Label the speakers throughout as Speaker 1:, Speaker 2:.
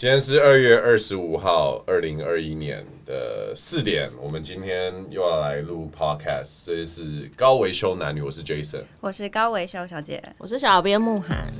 Speaker 1: 今天是二月二十五号，二零二一年的四点，我们今天又要来录 podcast，这是高维修男女，我是 Jason。
Speaker 2: 我是高维修小姐，
Speaker 3: 我是小编慕寒，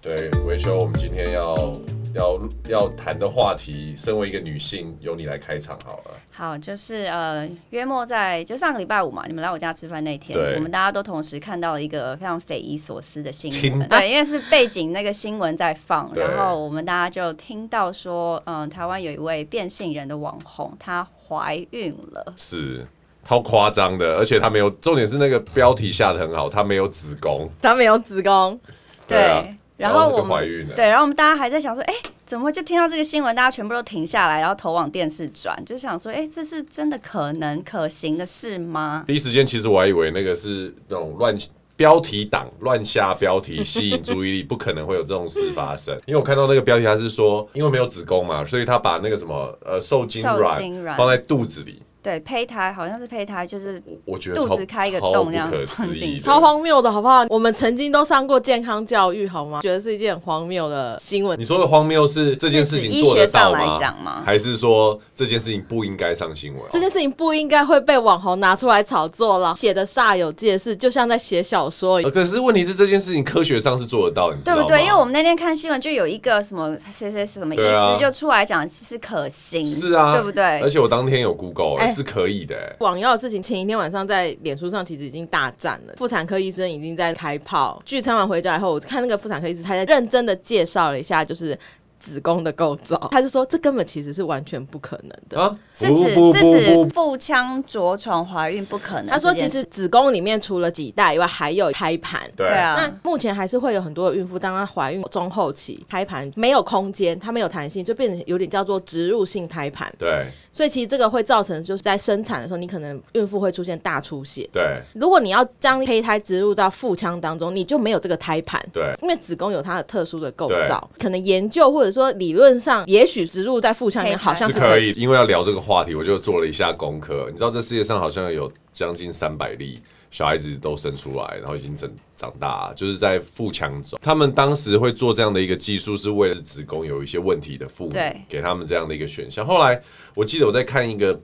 Speaker 1: 对，维修，我们今天要要要谈的话题，身为一个女性，由你来开场好了。
Speaker 2: 好，就是呃，约莫在就上个礼拜五嘛，你们来我家吃饭那一天
Speaker 1: 对，
Speaker 2: 我们大家都同时看到了一个非常匪夷所思的新
Speaker 1: 听
Speaker 2: 闻，对，因为是背景那个新闻在 放，
Speaker 1: 对
Speaker 2: 然后我们大家就听到说，嗯、台湾有一位变性人的网红，她怀孕了，
Speaker 1: 是。超夸张的，而且他没有，重点是那个标题下的很好，他没有子宫，
Speaker 3: 他没有子宫，
Speaker 1: 对啊然
Speaker 2: 然
Speaker 1: 后
Speaker 2: 后
Speaker 1: 就
Speaker 2: 我
Speaker 1: 怀孕
Speaker 2: 们
Speaker 1: 了
Speaker 2: 对，然后我们大家还在想说，哎、怎么会就听到这个新闻，大家全部都停下来，然后头往电视转，就想说，哎、这是真的可能可行的事吗？
Speaker 1: 第一时间，其实我还以为那个是那种乱标题党乱下标题吸引注意力，不可能会有这种事发生。因为我看到那个标题，他是说因为没有子宫嘛，所以他把那个什么呃受精
Speaker 2: 受
Speaker 1: 卵
Speaker 2: 精卵
Speaker 1: 放在肚子里，
Speaker 2: 对，胚胎好像是胚胎，就是
Speaker 1: 我我觉得
Speaker 2: 肚
Speaker 1: 超
Speaker 2: 子开一个
Speaker 1: 超
Speaker 2: 洞
Speaker 1: 不
Speaker 2: 这样
Speaker 1: 可
Speaker 2: 放
Speaker 1: 思
Speaker 2: 进
Speaker 1: 议
Speaker 2: 去
Speaker 1: 的，
Speaker 3: 超荒谬的好不好？我们曾经都上过健康教育好吗？觉得是一件很荒谬的新闻
Speaker 1: 你。说的荒谬是这件事
Speaker 2: 是指
Speaker 1: 情
Speaker 2: 医
Speaker 1: 做得
Speaker 2: 学
Speaker 1: 到
Speaker 2: 上
Speaker 1: 吗？
Speaker 2: 来讲吗
Speaker 1: 还是说这件事情不应该上新闻？
Speaker 3: 这件事情不应该会被网红拿出来炒作了，写的煞有介事，就像在写小说一
Speaker 1: 呃
Speaker 3: 样。
Speaker 1: 可是问题是这件事情科学上是做得到，你知道
Speaker 2: 对
Speaker 1: 吗？
Speaker 2: 不对？因为我们那天看新闻，就有一个什么谁谁什么医
Speaker 1: 对啊
Speaker 2: 师就出来讲是可行，
Speaker 1: 是啊，
Speaker 2: 对不
Speaker 1: 而
Speaker 2: 对？
Speaker 1: 且我当天有 Google，、
Speaker 3: 哎
Speaker 1: 是可以的、欸
Speaker 3: 网药的事情，前一天晚上在脸书上其实已经大战了。妇产科医生已经在开炮。据采访回家以后，我看那个妇产科医师，他在认真的介绍了一下，就是子宫的构造。他就说，这根本其实是完全不可能的。
Speaker 1: 啊，
Speaker 2: 是
Speaker 1: 不
Speaker 2: 指
Speaker 1: 不不
Speaker 2: 是
Speaker 1: 不
Speaker 2: 指腹腔着床怀孕不可能。
Speaker 3: 他说，其实子宫里面除了脐带以外，还有胎盘。
Speaker 1: 对
Speaker 2: 对
Speaker 3: 那
Speaker 2: 啊，
Speaker 3: 目前还是会有很多的孕妇，当她怀孕中后期，胎盘没有空间，它没有弹性，就变成有点叫做植入性胎盘。
Speaker 1: 对
Speaker 3: 所以其实这个会造成，就是在生产的时候，你可能孕妇会出现大出血。
Speaker 1: 对
Speaker 3: 如果你要将胚胎植入到腹腔当中，你就没有这个胎盘。
Speaker 1: 对，
Speaker 3: 因为子宫有它的特殊的构造，可能研究或者说理论上，也许植入在腹腔里面
Speaker 2: 胚胎
Speaker 3: 好像
Speaker 1: 是
Speaker 3: 是
Speaker 1: 可
Speaker 3: 可以。
Speaker 1: 以，因为要聊这个话题，我就做了一下功课。你知道这世界上好像有将近三百例小孩子都生出来，然后已经长长大，就是在腹腔中。他们当时会做这样的一个技术，是为了子宫有一些问题的父母
Speaker 2: 对，
Speaker 1: 给他们这样的一个选项。后来我记得我在看一个。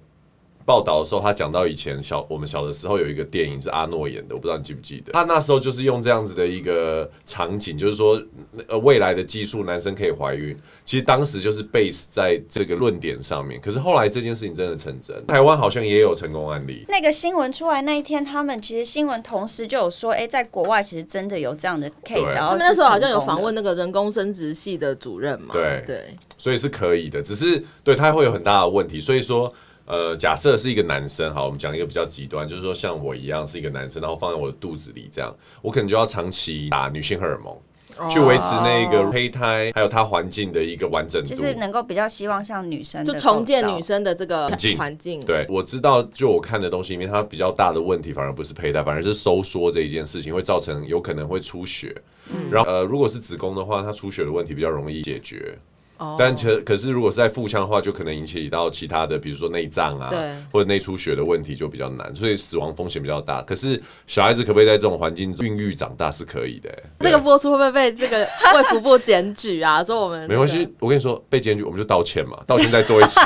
Speaker 1: 报道的时候，他讲到以前小我们小的时候有一个电影是阿诺演的，我不知道你记不记得。他那时候就是用这样子的一个场景，就是说，呃，未来的技术男生可以怀孕。其实当时就是 base 在这个论点上面，可是后来这件事情真的成真，台湾好像也有成功案例。
Speaker 2: 那个新闻出来那一天，他们其实新闻同时就有说，哎，在国外其实真的有这样的 case，
Speaker 1: 对啊
Speaker 2: 然
Speaker 3: 他
Speaker 2: 后
Speaker 3: 们那时候好像有
Speaker 2: 是成功的
Speaker 3: 访问。那个人工生殖系的主任嘛？
Speaker 1: 对
Speaker 3: 对，
Speaker 1: 所以是可以的，只是对它会有很大的问题。所以说，呃，假设是一个男生，好，我们讲一个比较极端，就是说像我一样是一个男生，然后放在我的肚子里这样，我可能就要长期打女性荷尔蒙。
Speaker 2: 哦
Speaker 1: 去维持那个胚胎，还有它环境的一个完整度。
Speaker 2: 就是能够比较希望像女生的
Speaker 3: 就重建
Speaker 2: 构造
Speaker 3: 女，生的这个
Speaker 1: 境
Speaker 3: 环境。
Speaker 1: 对，我知道，就我看的东西里面，它比较大的问题反而不是胚胎，反而是收缩这一件事情，会造成有可能会出血。
Speaker 2: 嗯
Speaker 1: 然后呃，如果是子宫的话，它出血的问题比较容易解决。
Speaker 3: 哦
Speaker 1: 但可可是如果是在腹腔的话，就可能引起到其他的，比如说内脏啊
Speaker 3: 对，
Speaker 1: 或者内出血的问题就比较难，所以死亡风险比较大。可是小孩子可不可以在这种环境孕育长大是可以的、
Speaker 3: 这个播出会不会被这个卫福部检举啊？ 说我们、
Speaker 1: 没关系，，我跟你说，被检举我们就道歉嘛，道歉再做一期。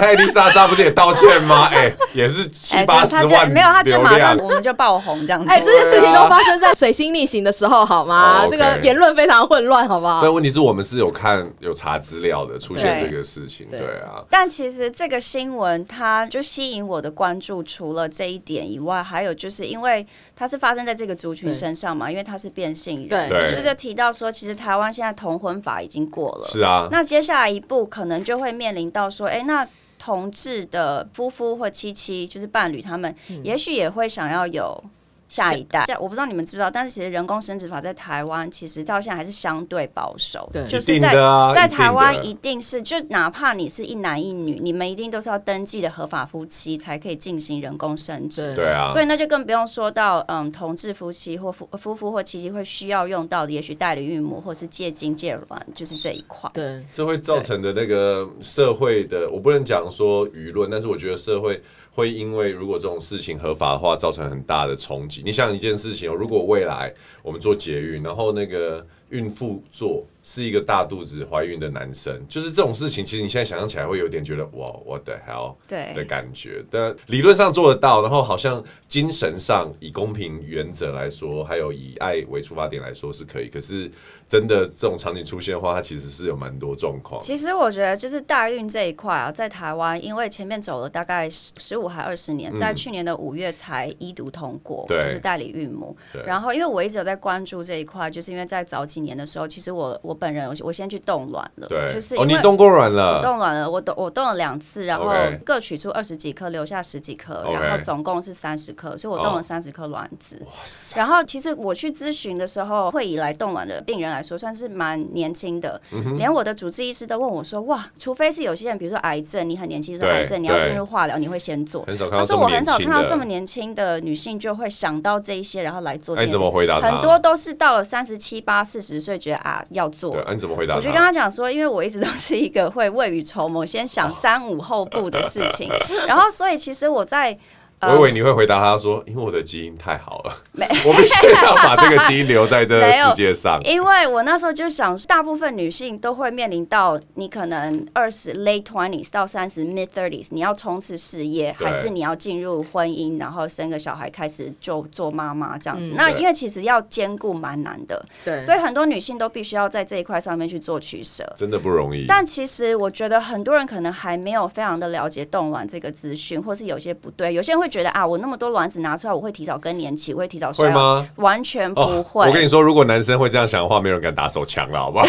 Speaker 1: 艾丽莎莎不是也道歉 吗？哎、也是七
Speaker 2: 哎，
Speaker 1: 八
Speaker 2: 他
Speaker 1: 十
Speaker 2: 他就
Speaker 1: 万
Speaker 2: 没有，他就哦
Speaker 1: 流
Speaker 2: 马上
Speaker 1: 量。
Speaker 2: 我们就爆红这样子。
Speaker 3: 哎、这些事情
Speaker 1: 对啊
Speaker 3: 都发生在水星逆行的时候，好吗？
Speaker 1: 哦，OK
Speaker 3: 这个言论非常混乱，好不好？
Speaker 1: 但问题是我们是有看有查资料的，出现
Speaker 2: 对
Speaker 1: 这个事情，对
Speaker 3: 对
Speaker 1: 啊，
Speaker 2: 但其实这个新闻它就吸引我的关注，除了这一点以外，还有就是因为它是发生在这个族群身上嘛，因为他是变性人，
Speaker 3: 对
Speaker 1: 对
Speaker 2: 就是就提到说，其实台湾现在同婚法已经过了，
Speaker 1: 是啊，
Speaker 2: 那接下来一步可能就会面临到说，哎、那同志的夫妇或妻妻，就是伴侣，他们也许也会想要有。下一代，我不知道你们知不知道，但是其实人工生殖法在台湾其实到现在还是相对保守，
Speaker 3: 对
Speaker 2: 就
Speaker 1: 一
Speaker 2: 是
Speaker 1: 定
Speaker 2: 在
Speaker 1: 的啊
Speaker 2: 在
Speaker 1: 一定
Speaker 2: 台湾
Speaker 1: 的
Speaker 2: 一定是，就哪怕你是一男一女，你们一定都是要登记的合法夫妻才可以进行人工生殖。
Speaker 1: 对啊，
Speaker 2: 所以那就更不用说到，嗯，同志夫妻或夫夫妇或妻妻会需要用到的，也许代理孕母或是借精借卵，就是这一块。
Speaker 3: 对，
Speaker 1: 这会造成的那个社会的，我不能讲说舆论，但是我觉得社会会因为如果这种事情合法的话，造成很大的冲击。你想一件事情哦，如果未来我们做节育，然后那个孕妇做是一个大肚子怀孕的男生，就是这种事情，其实你现在想象起来会有点觉得哇，我的 hell
Speaker 2: 对
Speaker 1: 的感觉。但
Speaker 2: 哎
Speaker 1: 理论上做得到，然后好像精神上以公平原则来说，还有以爱为出发点来说是可以。可是真的这种场景出现的话，它其实是有蛮多状况。
Speaker 2: 其实我觉得就是大运这一块啊，在台湾，因为前面走了大概十十五还二十年，在去年的五月才一读通过，
Speaker 1: 嗯对
Speaker 2: 就是代理孕母
Speaker 1: 对。
Speaker 2: 然后因为我一直有在关注这一块，就是因为在早几年的时候，其实我我本人我我先去冻卵了，
Speaker 1: 对，
Speaker 2: 就是
Speaker 1: 哦，
Speaker 2: 因
Speaker 1: 你
Speaker 2: 为。
Speaker 1: 冻过卵了，
Speaker 2: 冻卵了，我冻我冻了两次，然后
Speaker 1: OK
Speaker 2: 各取出二十几颗，留下十几颗
Speaker 1: OK 哦
Speaker 2: 然后总共是三十颗，所以我冻了三十颗卵子。
Speaker 1: 哇塞！
Speaker 2: 然后其实我去咨询的时候，会以来冻卵的病人来说，算是蛮年轻的。
Speaker 1: 嗯
Speaker 2: 连我的主治医师都问我说：“哇，除非是有些人，比如说癌症，你很年轻的时候
Speaker 1: 对
Speaker 2: 癌症，你要
Speaker 1: 对
Speaker 2: 进入化疗，你会先做。”
Speaker 1: 很少看
Speaker 2: 他
Speaker 1: 到这
Speaker 2: 说：“
Speaker 1: 么
Speaker 2: 我很
Speaker 1: 年
Speaker 2: 少
Speaker 1: 轻
Speaker 2: 看到这么
Speaker 1: 的，
Speaker 2: 年轻的女性就会想到这一些，然后来做
Speaker 1: 那、
Speaker 2: 这
Speaker 1: 哎你
Speaker 2: 件
Speaker 1: 怎么
Speaker 2: 事。
Speaker 1: 回答他？
Speaker 2: 很多都是到了三十七八、四十岁，觉得啊要做
Speaker 1: 对，。”啊、你怎么回答
Speaker 2: 我就跟
Speaker 1: 他？
Speaker 2: 他讲说，因为我一直都是一个会未雨绸缪，先想
Speaker 1: 哦
Speaker 2: 三五后顾的事情，然后所以其实我在呃
Speaker 1: 我以为你会回答他说，因为我的基因太好了，
Speaker 2: 没
Speaker 1: 我必须要把这个基因留在这个
Speaker 2: 没有
Speaker 1: 世界上。
Speaker 2: 因为我那时候就想，大部分女性都会面临到你可能二十 late twenties 到三十 mid thirties，你要冲刺事业，
Speaker 1: 对
Speaker 2: 还是你要进入婚姻，然后生个小孩，开始就做妈妈这样子。
Speaker 3: 嗯
Speaker 2: 那
Speaker 1: 对
Speaker 2: 因为其实要兼顾蛮难的，
Speaker 3: 对，
Speaker 2: 所以很多女性都必须要在这一块上面去做取舍。
Speaker 1: 真的不容易，
Speaker 2: 但其实我觉得很多人可能还没有非常的了解冻卵这个资讯，或是有些不对。有些人会觉得啊，我那么多卵子拿出来，我会提早更年期，我会提早衰
Speaker 1: 会
Speaker 2: 老，
Speaker 1: 吗？
Speaker 2: 完全啊不
Speaker 1: 哦，
Speaker 2: 会。
Speaker 1: 我跟你说，如果男生会这样想的话，没有人敢打手枪了，好不好？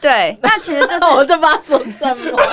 Speaker 2: 对，那其实这是
Speaker 3: 那我在帮他说什么？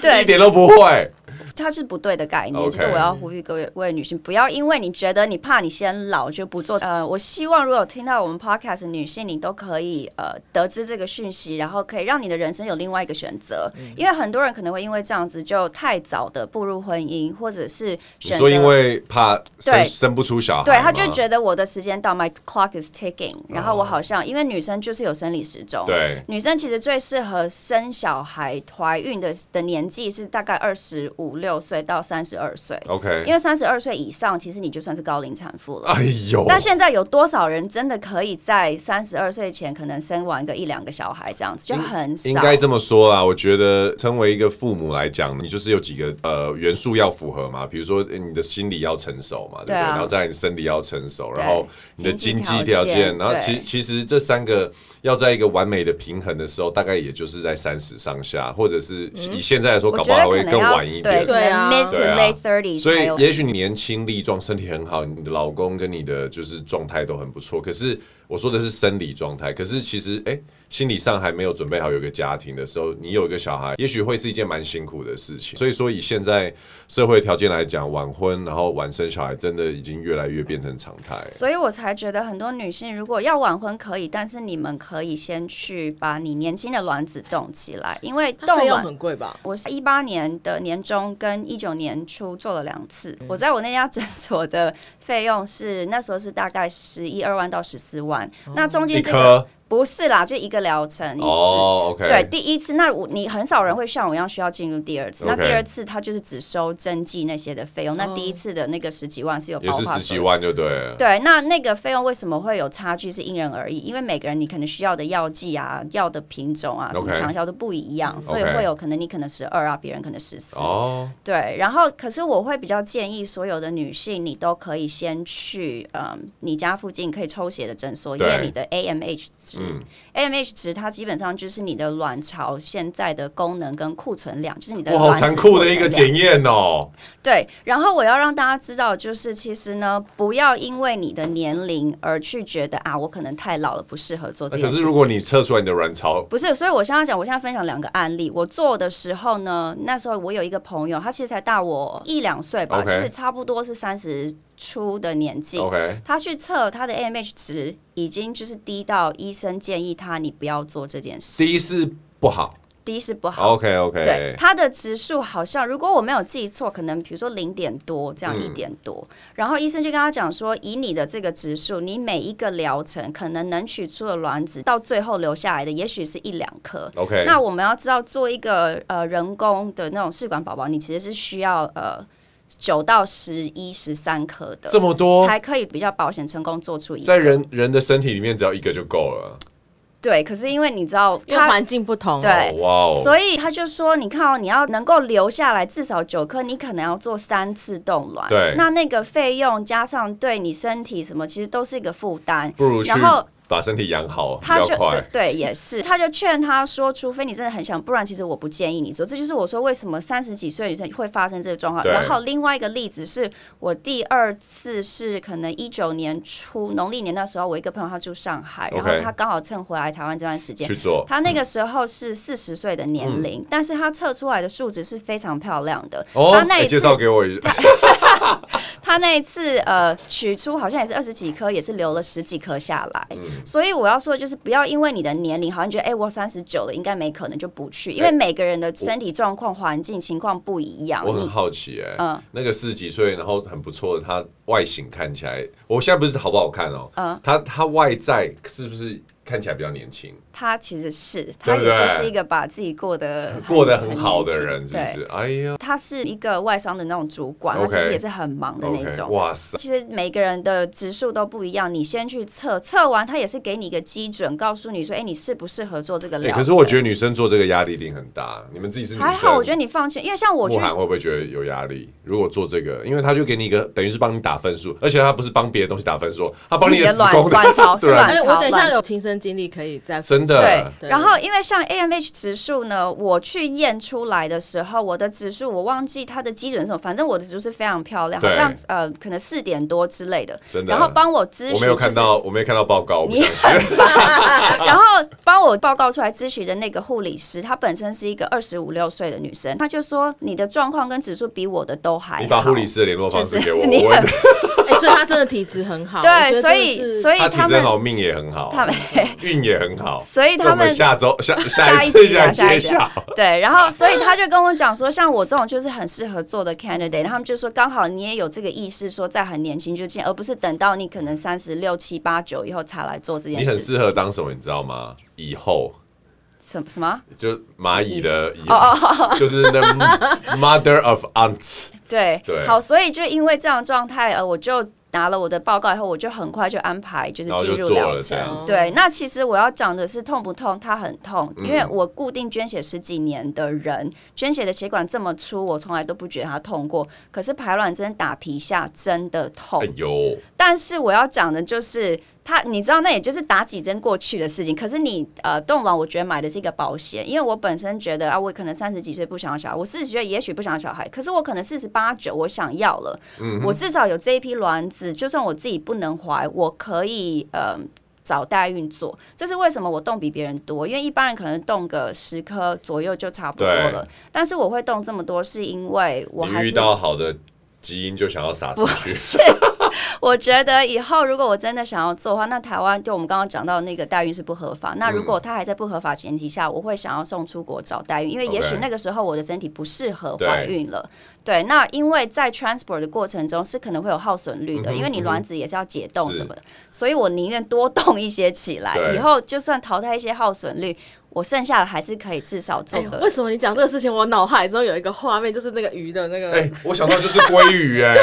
Speaker 2: 对
Speaker 1: 一点都不会。
Speaker 2: 它是不对的概念
Speaker 1: OK
Speaker 2: 就是我要呼吁各位各位女性，不要因为你觉得你怕你先老就不做。呃，我希望如果有听到我们 podcast 的女性，你都可以呃得知这个讯息，然后可以让你的人生有另外一个选择。
Speaker 1: 嗯
Speaker 2: 因为很多人可能会因为这样子就太早的步入婚姻，或者是
Speaker 1: 你
Speaker 2: 选择
Speaker 1: 说因为怕生
Speaker 2: 对
Speaker 1: 生不出小孩吗，嗯
Speaker 2: 对他就觉得我的时间到，my clock is ticking，然后我好像、因为女生就是有生理时钟，
Speaker 1: 对
Speaker 2: 女生其实最适合生小孩、怀孕的的年纪是大概二十五六岁到三十二
Speaker 1: 哦
Speaker 2: 岁，因
Speaker 1: ，OK。
Speaker 2: 为三十二岁以上，其实你就算是高龄产妇了。
Speaker 1: 哎呦，
Speaker 2: 但现在有多少人真的可以在三十二岁前可能生完个一两个小孩这样子，就很少。
Speaker 1: 应该这么说啦，我觉得成为一个父母来讲，你就是有几个呃元素要符合嘛，比如说呃你的心理要成熟嘛，对不对？
Speaker 2: 对啊
Speaker 1: 然后再来你生理要成熟，
Speaker 2: 对
Speaker 1: 然后你的经
Speaker 2: 经济
Speaker 1: 济条
Speaker 2: 条件
Speaker 1: 件，然后
Speaker 2: 对
Speaker 1: 其其实这三个要在一个完美的平衡的时候，大概也就是在三十上下，或者是以现在来说，
Speaker 2: 嗯我
Speaker 1: 搞不
Speaker 2: 觉
Speaker 1: 好还
Speaker 2: 得可
Speaker 1: 会
Speaker 2: 能
Speaker 1: 更
Speaker 2: 要
Speaker 1: 晚一
Speaker 2: 对，
Speaker 1: 点。
Speaker 2: 可
Speaker 3: 对啊
Speaker 2: 能 mid to
Speaker 1: 对啊
Speaker 2: late thirty
Speaker 1: 所
Speaker 2: 才
Speaker 1: 以
Speaker 2: 有，。
Speaker 1: 也许你年轻力壮、身体很好，你的老公跟你的就是状态都很不错。可是我说的是生理状态，可是其实哎、诶心理上还没有准备好有一个家庭的时候，你有一个小孩，也许会是一件蛮辛苦的事情。所以说，以现在社会条件来讲，晚婚然后晚生小孩，真的已经越来越变成常态。
Speaker 2: 所以我才觉得很多女性如果要晚婚可以，但是你们可以先去把你年轻的卵子冻起来，因为
Speaker 3: 它
Speaker 2: 冻
Speaker 3: 费用
Speaker 2: 卵
Speaker 3: 很贵吧？
Speaker 2: 我是一八年的年中跟一九年初做了两次，我在我那家诊所的费用是那时候是大概十一二万到十四万，
Speaker 3: 哦
Speaker 2: 那中
Speaker 1: 一
Speaker 2: 间这个
Speaker 1: 颗
Speaker 2: 不是啦，就一个疗程一次。
Speaker 1: 哦，OK，
Speaker 2: 对，第一次那我你很少人会像我一样需要进入第二次。那
Speaker 1: OK
Speaker 2: 第二次他就是只收针剂那些的费用，那第一
Speaker 3: 哦
Speaker 2: 次的那个十几万是有
Speaker 1: 也
Speaker 2: 包
Speaker 1: 是
Speaker 2: 括
Speaker 1: 十几
Speaker 2: 所有
Speaker 1: 万就对了。
Speaker 2: 对，那那个费用为什么会有差距？是因人而异，因为每个人你可能需要的药剂啊、药的品种啊、什么
Speaker 1: OK
Speaker 2: 强效都不一样，所以
Speaker 1: OK
Speaker 2: 会有可能你可能十二啊，别人可能十四。
Speaker 1: 哦，
Speaker 2: 对，然后可是我会比较建议所有的女性，你都可以先去嗯你家附近可以抽血的诊所
Speaker 1: 对
Speaker 2: 验你的 AMH 值。
Speaker 1: 嗯
Speaker 2: AMH 值它基本上就是你的卵巢现在的功能跟库存量，就是你的
Speaker 1: 哇，好
Speaker 2: 卵子
Speaker 1: 残酷的一
Speaker 2: 库
Speaker 1: 个
Speaker 2: 存
Speaker 1: 检
Speaker 2: 量
Speaker 1: 验哦。
Speaker 2: 对，然后我要让大家知道，就是其实呢，不要因为你的年龄而去觉得啊，我可能太老了，不适合做这
Speaker 1: 那
Speaker 2: 件
Speaker 1: 可
Speaker 2: 事
Speaker 1: 是
Speaker 2: 情。
Speaker 1: 如果你测出来你的卵巢
Speaker 2: 不是，所以我现在讲，我现在分享两个案例。我做的时候呢，那时候我有一个朋友，他其实才大我一两岁吧
Speaker 1: OK
Speaker 2: 就是差不多是三十出的年纪。
Speaker 1: ，OK，
Speaker 2: 他去测他的 AMH 值，已经就是低到医生建议他你不要做这件事。
Speaker 1: 第一是不好。
Speaker 2: 低是不好。
Speaker 1: OK
Speaker 2: 对
Speaker 1: OK，
Speaker 2: 它的指数好像，如果我没有记错，可能比如说零点多这样
Speaker 1: 嗯
Speaker 2: 一点多，然后医生就跟他讲说，以你的这个指数，你每一个疗程可能能取出的卵子到最后留下来的，也许是一两颗。
Speaker 1: OK，
Speaker 2: 那我们要知道，做一个呃人工的那种试管宝宝，你其实是需要呃九到十一、十三颗的，
Speaker 1: 这么多
Speaker 2: 才可以比较保险成功做出一个。
Speaker 1: 在人人的身体里面只要一个就够了。
Speaker 2: 对，可是因为你知道
Speaker 3: 因为环境不同，
Speaker 2: 对
Speaker 1: 哦哇哦，
Speaker 2: 所以他就说，你看哦，你要能够留下来至少九颗，你可能要做三次冻卵。
Speaker 1: 对
Speaker 2: 那那个费用加上对你身体什么，其实都是一个负担。
Speaker 1: 不如去
Speaker 2: 然后
Speaker 1: 把身体养好比
Speaker 2: 他
Speaker 1: 较
Speaker 2: 就对
Speaker 1: 快。
Speaker 2: 对也是，他就劝他说，除非你真的很想，不然其实我不建议你做。这就是我说为什么三十几岁的女生会发生这个状况。
Speaker 1: 对
Speaker 2: 然后另外一个例子是我第二次是可能一九年初农历年那时候，我一个朋友他住上海，然后
Speaker 1: OK
Speaker 2: 他刚好趁回来台湾这段时间，
Speaker 1: 去做，
Speaker 2: 他那个时候是四十岁的年龄，但是他测出来的数值是非常漂亮的。
Speaker 1: 嗯哦，
Speaker 2: 他那
Speaker 1: 哎
Speaker 2: 一
Speaker 1: 介
Speaker 2: 次，
Speaker 1: 绍给我一下，
Speaker 2: 他那一次呃取出好像也是二十几颗，也是留了十几颗下来。
Speaker 1: 嗯
Speaker 2: 所以我要说的就是，不要因为你的年龄，好像觉得哎、我三十九了，应该没可能就不去，因为每个人的身体状况、环境情况不一样。
Speaker 1: 哎我很
Speaker 2: 你
Speaker 1: 好奇哎、
Speaker 2: 嗯
Speaker 1: 那个四十几岁，然后很不错的，他外形看起来，我现在不是好不好看哦，
Speaker 2: 嗯
Speaker 1: 他他外在是不是看起来比较年轻，
Speaker 2: 他其实是，他
Speaker 1: 对
Speaker 2: 也
Speaker 1: 不对
Speaker 2: 就是一个把自己过得
Speaker 1: 过得很好的人，
Speaker 2: 年
Speaker 1: 是
Speaker 2: 轻
Speaker 1: 不
Speaker 2: 对
Speaker 1: 是？哎呀
Speaker 2: 他是一个外商的那种主管，他
Speaker 1: OK
Speaker 2: 其实也是很忙的那
Speaker 1: ，OK，
Speaker 2: 种。
Speaker 1: 哇塞，
Speaker 2: 其实每个人的指数都不一样，你先去测，测完它也是给你一个基准，告诉你说，哎、你适不适合做这个
Speaker 1: 哎、
Speaker 2: 疗程、
Speaker 1: 可是我觉得女生做这个压力一定很大，你们自己是女生，
Speaker 2: 还好，我觉得你放弃，因为像我去
Speaker 1: 慕，寒会不会觉得有压力？如果做这个，因为他就给你一个等于是帮你打分数，而且他不是帮别的东西打分数，哦他帮
Speaker 2: 你
Speaker 1: 的
Speaker 2: 的
Speaker 1: 子
Speaker 2: 卵
Speaker 1: 宫
Speaker 2: 卵巢是
Speaker 1: 对啊
Speaker 2: 卵
Speaker 3: 哎，
Speaker 2: 巢，
Speaker 3: 我等一下
Speaker 2: 卵巢
Speaker 3: 有亲身经历可以再
Speaker 1: 真的
Speaker 2: 对，
Speaker 3: 对
Speaker 2: 然后因为像 AMH 指数呢，我去验出来的时候，我的指数我忘记它的基准是什么，反正我的指数是非常漂亮，好
Speaker 1: 对
Speaker 2: 像呃可能四点多之类的。
Speaker 1: 真的，啊
Speaker 2: 然后帮我咨询、就是，
Speaker 1: 我没有看到，我没有看到报告，我不
Speaker 2: 你
Speaker 1: 相 信。
Speaker 2: 很棒。然后帮我报告出来咨询的那个护理师，她本身是一个二十五六岁的女生，她就说你的状况跟指数比我的都还好。
Speaker 1: 你把护理师的联络方
Speaker 2: 就
Speaker 1: 式
Speaker 2: 是
Speaker 1: 给我，
Speaker 2: 你
Speaker 1: 我问
Speaker 2: 很
Speaker 3: 哎，所以他真的体质很 好，我觉
Speaker 2: 对，
Speaker 3: 得
Speaker 2: 所
Speaker 3: 真的
Speaker 2: 以
Speaker 3: 是
Speaker 2: 所以
Speaker 1: 他体
Speaker 2: 他
Speaker 1: 质很
Speaker 2: 们
Speaker 1: 好，命也很好，
Speaker 2: 他们
Speaker 1: 运也很好。
Speaker 2: 所以
Speaker 1: 那我
Speaker 2: 他
Speaker 1: 们
Speaker 2: 们
Speaker 1: 下周 下 下
Speaker 2: 下
Speaker 1: 一
Speaker 2: 一
Speaker 1: 次
Speaker 2: 集啊
Speaker 1: 想
Speaker 2: 下
Speaker 1: 揭
Speaker 2: 一集
Speaker 1: 晓
Speaker 2: 啊，对，然后所以他就跟我讲说，像我这种就是很适合做的 candidate，他们就说刚好你也有这个意识，说在很年轻就进，而不是等到你可能三十六七八九以后才来做这件
Speaker 1: 你
Speaker 2: 事情。
Speaker 1: 很适合当什么，你知道吗？以后
Speaker 2: 什么什么？
Speaker 1: 就蚂蚁 的蚁，
Speaker 2: 哦
Speaker 1: 就是 the mother of ants。
Speaker 2: 对，
Speaker 1: 对
Speaker 2: 好，所以就因为这样的状态，呃，我就拿了我的报告以后，我就很快就安排就是
Speaker 1: 然后
Speaker 2: 进
Speaker 1: 就
Speaker 2: 入
Speaker 1: 做
Speaker 2: 疗
Speaker 1: 了这
Speaker 2: 程。
Speaker 1: 样，
Speaker 2: 对，那其实我要讲的是痛不痛？它很痛，因为我固定捐血十几年的人，捐血的血管这么粗，我从来都不觉得它痛过。可是排卵针打皮下真的痛
Speaker 1: 哎，呦，
Speaker 2: 但是我要讲的就是，它你知道，那也就是打几针过去的事情。可是你呃，冻卵，我觉得买的是一个保险，因为我本身觉得啊，我可能三十几岁不想要小孩，我四十岁也许不想要小孩，可是我可能四十八九我想要了，
Speaker 1: 嗯
Speaker 2: 我至少有这一批卵子，就算我自己不能怀，我可以呃。找代孕做，这是为什么我动比别人多，因为一般人可能动个十颗左右就差不多
Speaker 1: 对
Speaker 2: 了，但是我会动这么多，是因为我还
Speaker 1: 你
Speaker 2: 是
Speaker 1: 遇到好的基因就想要撒出去，
Speaker 2: 我觉得以后如果我真的想要做的话，那台湾就我们刚刚讲到那个代孕是不合法。那如
Speaker 1: 嗯
Speaker 2: 果它还在不合法前提下，我会想要送出国找代孕，因为也许
Speaker 1: OK
Speaker 2: 那个时候我的身体不适合怀孕了。对，那因为在 transport 的过程中是可能会有耗损
Speaker 1: 嗯
Speaker 2: 率的，因为你卵子也是要解冻什么的，所以我宁愿多动一些起来，
Speaker 1: 对
Speaker 2: 以后就算淘汰一些耗损率，我剩下的还是可以至少做
Speaker 3: 哎呦
Speaker 2: 个
Speaker 3: 为什么你讲这个事情，我脑海中有一个画面，就是那个鱼的那个，
Speaker 1: 哎、我想到就是鲑鱼、 哎，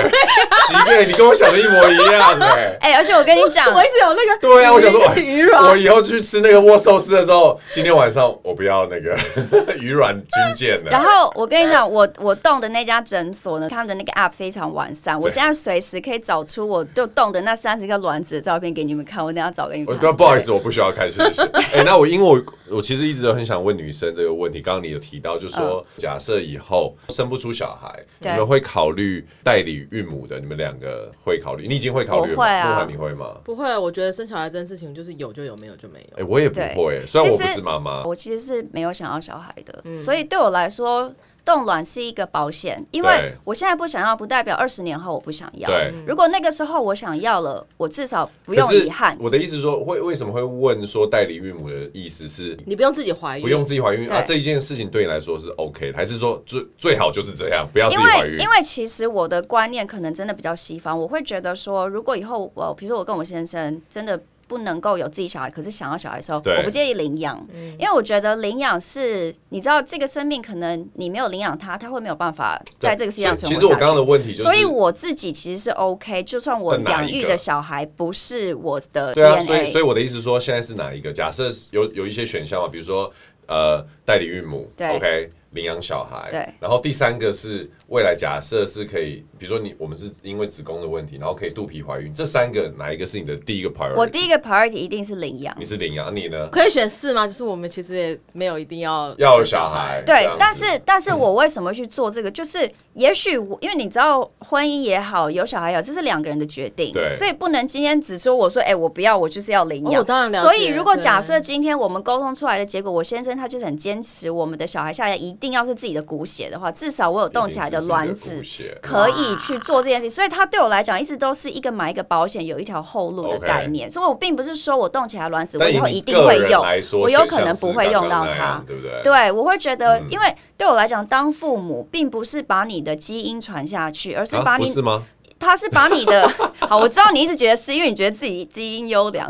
Speaker 1: 奇怪，你跟我想的一模一样、哎。
Speaker 2: 哎、而且我跟你讲，
Speaker 3: 我一直有那个，
Speaker 1: 对啊，我想说，
Speaker 3: 那个鱼
Speaker 1: 我
Speaker 3: 软，
Speaker 1: 以后去吃那个握寿司的时候，今天晚上我不要那个 鱼软军舰
Speaker 2: 然
Speaker 1: 了。
Speaker 2: 后我跟你讲，我我动的那家诊所呢，他们的那个 app 非常完善，
Speaker 1: 对
Speaker 2: 我现在随时可以找出我就动的那三十个卵子的照片给你们看，我等一下找给你
Speaker 1: 我
Speaker 2: 们
Speaker 1: 对啊，
Speaker 2: 看。
Speaker 1: 不好意思，我不需要看，谢谢。 哎、那我因为我我其实一直都很想问女生这个问题。刚刚你有提到，就说、假设以后生不出小孩，你
Speaker 2: 嗯对
Speaker 1: 们会考虑代理孕母的？你们两个会考虑？你已经会考虑了吗？
Speaker 2: 我会啊
Speaker 1: 慕寒你会吗？
Speaker 3: 不会，我觉得生小孩这件事情就是有就有，没有就没
Speaker 1: 哎、
Speaker 3: 有。
Speaker 1: 我也不
Speaker 2: 对
Speaker 1: 会、虽然我不
Speaker 2: 其实
Speaker 1: 是妈妈，
Speaker 2: 我其实是没有想要小孩的，所以对我来说，冻卵是一个保险，因
Speaker 1: 对
Speaker 2: 为我现在不想要，不代表二十年后我不想要。
Speaker 1: 对。
Speaker 2: 如果那个时候我想要了，我至少不
Speaker 1: 可
Speaker 2: 用
Speaker 1: 是
Speaker 2: 遗憾。
Speaker 1: 我的意思是说，会为什么会问说代理孕母的意思是
Speaker 3: 你不用自己怀孕，
Speaker 1: 不用自己怀孕啊？
Speaker 2: 嗯对
Speaker 1: 这一件事情对你来说是 OK，的还是说最最好就是这样，不要自
Speaker 2: 因
Speaker 1: 己怀
Speaker 2: 为
Speaker 1: 孕
Speaker 2: 因？为其实我的观念可能真的比较西方，我会觉得说，如果以后我比如说我跟我先生真的不能够有自己小孩，可是想要小孩的时候，
Speaker 1: 对
Speaker 2: 我不介意领养，因为我觉得领养是你知道这个生命可能你没有领养他，他会没有办法在这个世界上存
Speaker 1: 其
Speaker 2: 活
Speaker 1: 实我
Speaker 2: 下
Speaker 1: 刚刚
Speaker 2: 去。
Speaker 1: 的问题就是，
Speaker 2: 所以我自己其实是 OK，就算我
Speaker 1: 但哪
Speaker 2: 养
Speaker 1: 一
Speaker 2: 育
Speaker 1: 个
Speaker 2: 的小孩不是我的
Speaker 1: 对啊，所以
Speaker 2: DNA，
Speaker 1: 所以我的意思是说，现在是哪一个？假设是有有一些选项嘛，比如说呃，代理孕母
Speaker 2: 对
Speaker 1: ，OK，领养小孩，
Speaker 2: 对。
Speaker 1: 然后第三个是未来假设是可以，比如说你我们是因为子宫的问题，然后可以肚皮怀孕，这三个哪一个是你的第一个 priority？
Speaker 2: 我第一个 priority 一定是领养
Speaker 1: 你。是领养，你呢？
Speaker 3: 可以选四吗？就是我们其实也没有一定要
Speaker 1: 要有小孩，这
Speaker 2: 对
Speaker 1: 样，子嗯
Speaker 2: 但是但是我为什么去做这个？就是也许我，因为你知道，婚姻也好，有小孩也好，这是两个人的决定
Speaker 1: 对，
Speaker 2: 所以不能今天只说我说，哎、我不要，我就是要领
Speaker 3: 哦
Speaker 2: 养。
Speaker 3: 我当然了解
Speaker 2: 所以如果
Speaker 3: 对
Speaker 2: 假设今天我们沟通出来的结果，我先生他就是很坚持我们的小孩下来一定要是自己的骨血的话，至少我有动起来的卵
Speaker 1: 一定是
Speaker 2: 子
Speaker 1: 骨。血
Speaker 2: 可以去做这件事情，所以它对我来讲一直都是一个买一个保险，有一条后路的
Speaker 1: OK
Speaker 2: 概念。所以我并不是说我动起来的卵子，我
Speaker 1: 但
Speaker 2: 以
Speaker 1: 以
Speaker 2: 后
Speaker 1: 你
Speaker 2: 一定
Speaker 1: 个
Speaker 2: 会
Speaker 1: 人
Speaker 2: 用
Speaker 1: 来，说
Speaker 2: 我有可
Speaker 1: 选
Speaker 2: 能
Speaker 1: 项
Speaker 2: 不
Speaker 1: 是
Speaker 2: 会
Speaker 1: 刚
Speaker 2: 用
Speaker 1: 刚
Speaker 2: 到
Speaker 1: 那
Speaker 2: 它
Speaker 1: 样。对不 对？
Speaker 2: 对，我会觉得，
Speaker 1: 嗯
Speaker 2: 因为对我来讲，当父母并不是把你的基因传下去，而是
Speaker 1: 啊，
Speaker 2: 把
Speaker 1: 不
Speaker 2: 你，
Speaker 1: 是吗？
Speaker 2: 他是把 你的。好，我知道你一直觉得是因为你觉得自己基因优良，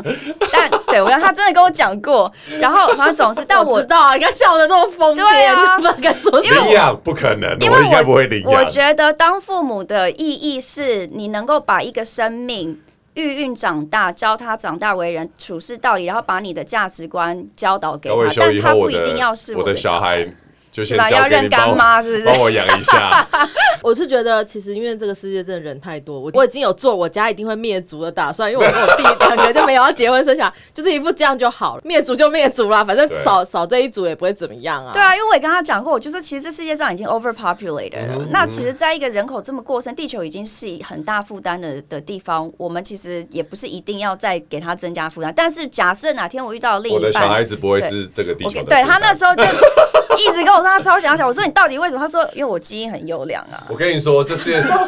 Speaker 2: 但对我跟他真的跟我讲过，然后反正总是，但
Speaker 3: 但
Speaker 2: 我
Speaker 3: 我知道啊，你看笑的这么疯癫，
Speaker 2: 对啊
Speaker 3: 不知道该说什么。
Speaker 1: 领养不可能，
Speaker 2: 因为
Speaker 1: 应该不会领养。
Speaker 2: 我觉得当父母的意义是你能够把一个生命。育孕长大，教他长大为人处事道理，然后把你的价值观教导给
Speaker 1: 高
Speaker 2: 他
Speaker 1: 伟，修
Speaker 2: 但
Speaker 1: 以
Speaker 2: 他
Speaker 1: 后
Speaker 2: 不
Speaker 1: 我
Speaker 2: 一定要
Speaker 1: 的
Speaker 2: 是
Speaker 1: 我
Speaker 2: 的
Speaker 1: 的小孩，就先
Speaker 2: 对吧？
Speaker 1: 交
Speaker 2: 要
Speaker 1: 给你
Speaker 2: 认
Speaker 1: 帮
Speaker 2: 干
Speaker 1: 我
Speaker 2: 妈是不是？
Speaker 1: 帮我养一下。
Speaker 3: 我是觉得，其实因为这个世界真的人太多，我我已经有做我家一定会灭族的打算，因为我跟我弟两个就没有要结婚生小孩， 就是一副这样就好了，灭族就灭族啦，反正
Speaker 1: 对
Speaker 3: 少少这一组也不会怎么样啊。
Speaker 2: 对啊，因为我也跟他讲过，我就说其实这世界上已经 overpopulated
Speaker 1: 嗯
Speaker 2: 了。那其实，在一个人口这么过剩，地球已经是很大负担的的地方，我们其实也不是一定要再给他增加负担。但是假设哪天我遇到 另
Speaker 1: 我的
Speaker 2: 一
Speaker 1: 小孩
Speaker 2: 半。
Speaker 1: 子不会是这个地
Speaker 2: 我
Speaker 1: 球
Speaker 2: 给
Speaker 1: 的。
Speaker 2: 对他那时候就一直跟我说他超想要小，我说你到底为什么？他说因为我基因很优良啊。
Speaker 1: 我跟你说，这世界上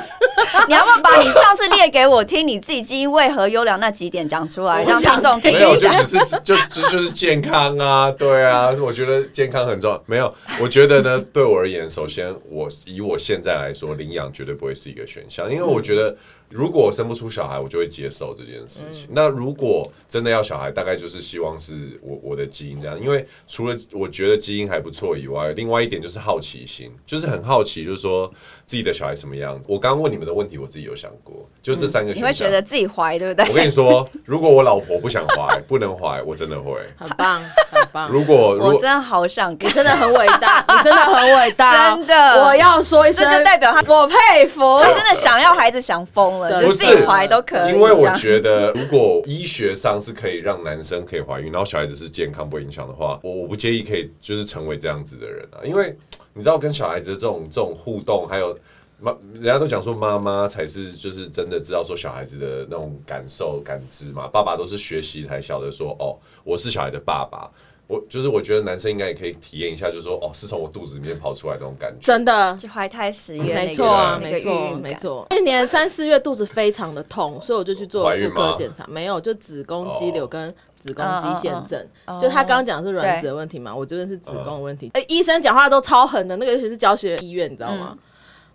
Speaker 2: 你要不要把你上次列给我听，你自己基因为何优良那几点讲出来，
Speaker 3: 我
Speaker 2: 让
Speaker 3: 想
Speaker 2: 听众听
Speaker 1: 没有，
Speaker 2: 一
Speaker 1: 就
Speaker 2: 下？
Speaker 1: 只是就就就是健康啊， 对啊，我觉得健康很重要。没有，我觉得呢， 对我而言，首先我以我现在来说，领养绝对不会是一个选项，因为我觉得如果我生不出小孩，我就会接受这件事情。
Speaker 2: 嗯
Speaker 1: 那如果真的要小孩，大概就是希望是我我的基因这样，因为除了我觉得基因还不错以外，另外一点就是好奇心，就是很好奇，就是说自己的小孩什么样子。我刚刚问你们的问题，我自己有想过，就这三个选
Speaker 2: 嗯你
Speaker 1: 项。
Speaker 2: 会觉得自己怀对不对？
Speaker 1: 我跟你说，如果我老婆不想怀，不能怀，我真的会。
Speaker 3: 很棒，很棒。
Speaker 1: 如果如
Speaker 2: 我
Speaker 1: 果
Speaker 2: 真的好想
Speaker 3: 你
Speaker 2: 看。
Speaker 3: 真的很伟大，你真的很伟 大，
Speaker 2: 真的
Speaker 3: 我要说一声，
Speaker 2: 这就代表他
Speaker 3: 我佩服
Speaker 2: 他。真的想要孩子想疯了，
Speaker 3: 不
Speaker 2: 就是自己怀都可以。
Speaker 1: 因为
Speaker 2: 这
Speaker 1: 我
Speaker 2: 样
Speaker 1: 觉得，如果医学上是可以让男生可以怀孕，然后小孩子是健康不会影响的话，我我不介意可以就是成为这样子的人啊，因为你知道跟小孩子的这种这种互动，还有妈，人家都讲说妈妈才是就是真的知道说小孩子的那种感受感知嘛，爸爸都是学习才晓得说哦，我是小孩的爸爸。我就是我觉得男生应该也可以体验一下，就是说哦，是从我肚子里面跑出来那种感觉。
Speaker 3: 真的，
Speaker 2: 就怀胎十月那个，
Speaker 3: 没错啊，
Speaker 2: 那
Speaker 3: 没
Speaker 2: 个
Speaker 3: 错
Speaker 2: 孕，感
Speaker 3: 没。错。去年三四月肚子非常的痛，所以我就去做
Speaker 1: 怀孕
Speaker 3: 妇
Speaker 1: 吗
Speaker 3: 科检查，没有，就子宫肌瘤
Speaker 1: 哦
Speaker 3: 跟子宫肌腺症。
Speaker 2: 哦
Speaker 3: 就他刚刚讲的是卵子的问题嘛，我觉得是子宫的问题。哎，医生讲话都超狠的，那个尤其是教学医院，你知道吗？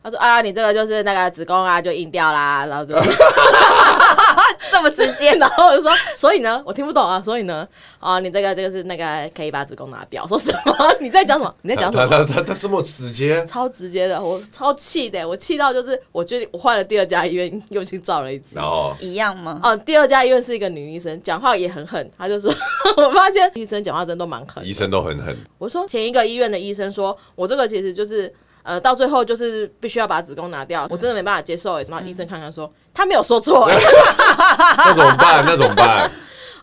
Speaker 3: 他说：“啊，你这个就是那个子宫啊，就硬掉 啦，然后就
Speaker 2: 这么直接
Speaker 3: 然后我就说，所以呢，我听不懂啊，所以呢，啊，你这个就是那个可以把子宫拿掉，说什么？ 你在讲什么？你在讲什
Speaker 1: 他
Speaker 3: 么？
Speaker 1: 他他他这么直接，
Speaker 3: 超直接的，我超气的，我气到就是，我决定我换了第二家医院，又去照了一次
Speaker 1: 然。后
Speaker 2: 一样吗？
Speaker 3: 哦，第二家医院是一个女医生，讲话也很狠。她就说， 我发现医生讲话真的都蛮狠。
Speaker 1: 医生都很狠，
Speaker 3: 我说前一个医院的医生说，我这个其实就是，呃，到最后就是必须要把子宫拿掉，我真的没办法接
Speaker 1: 嗯
Speaker 3: 受。欸然后医生看看说，他没有说错。
Speaker 1: 那怎么办？那怎么办？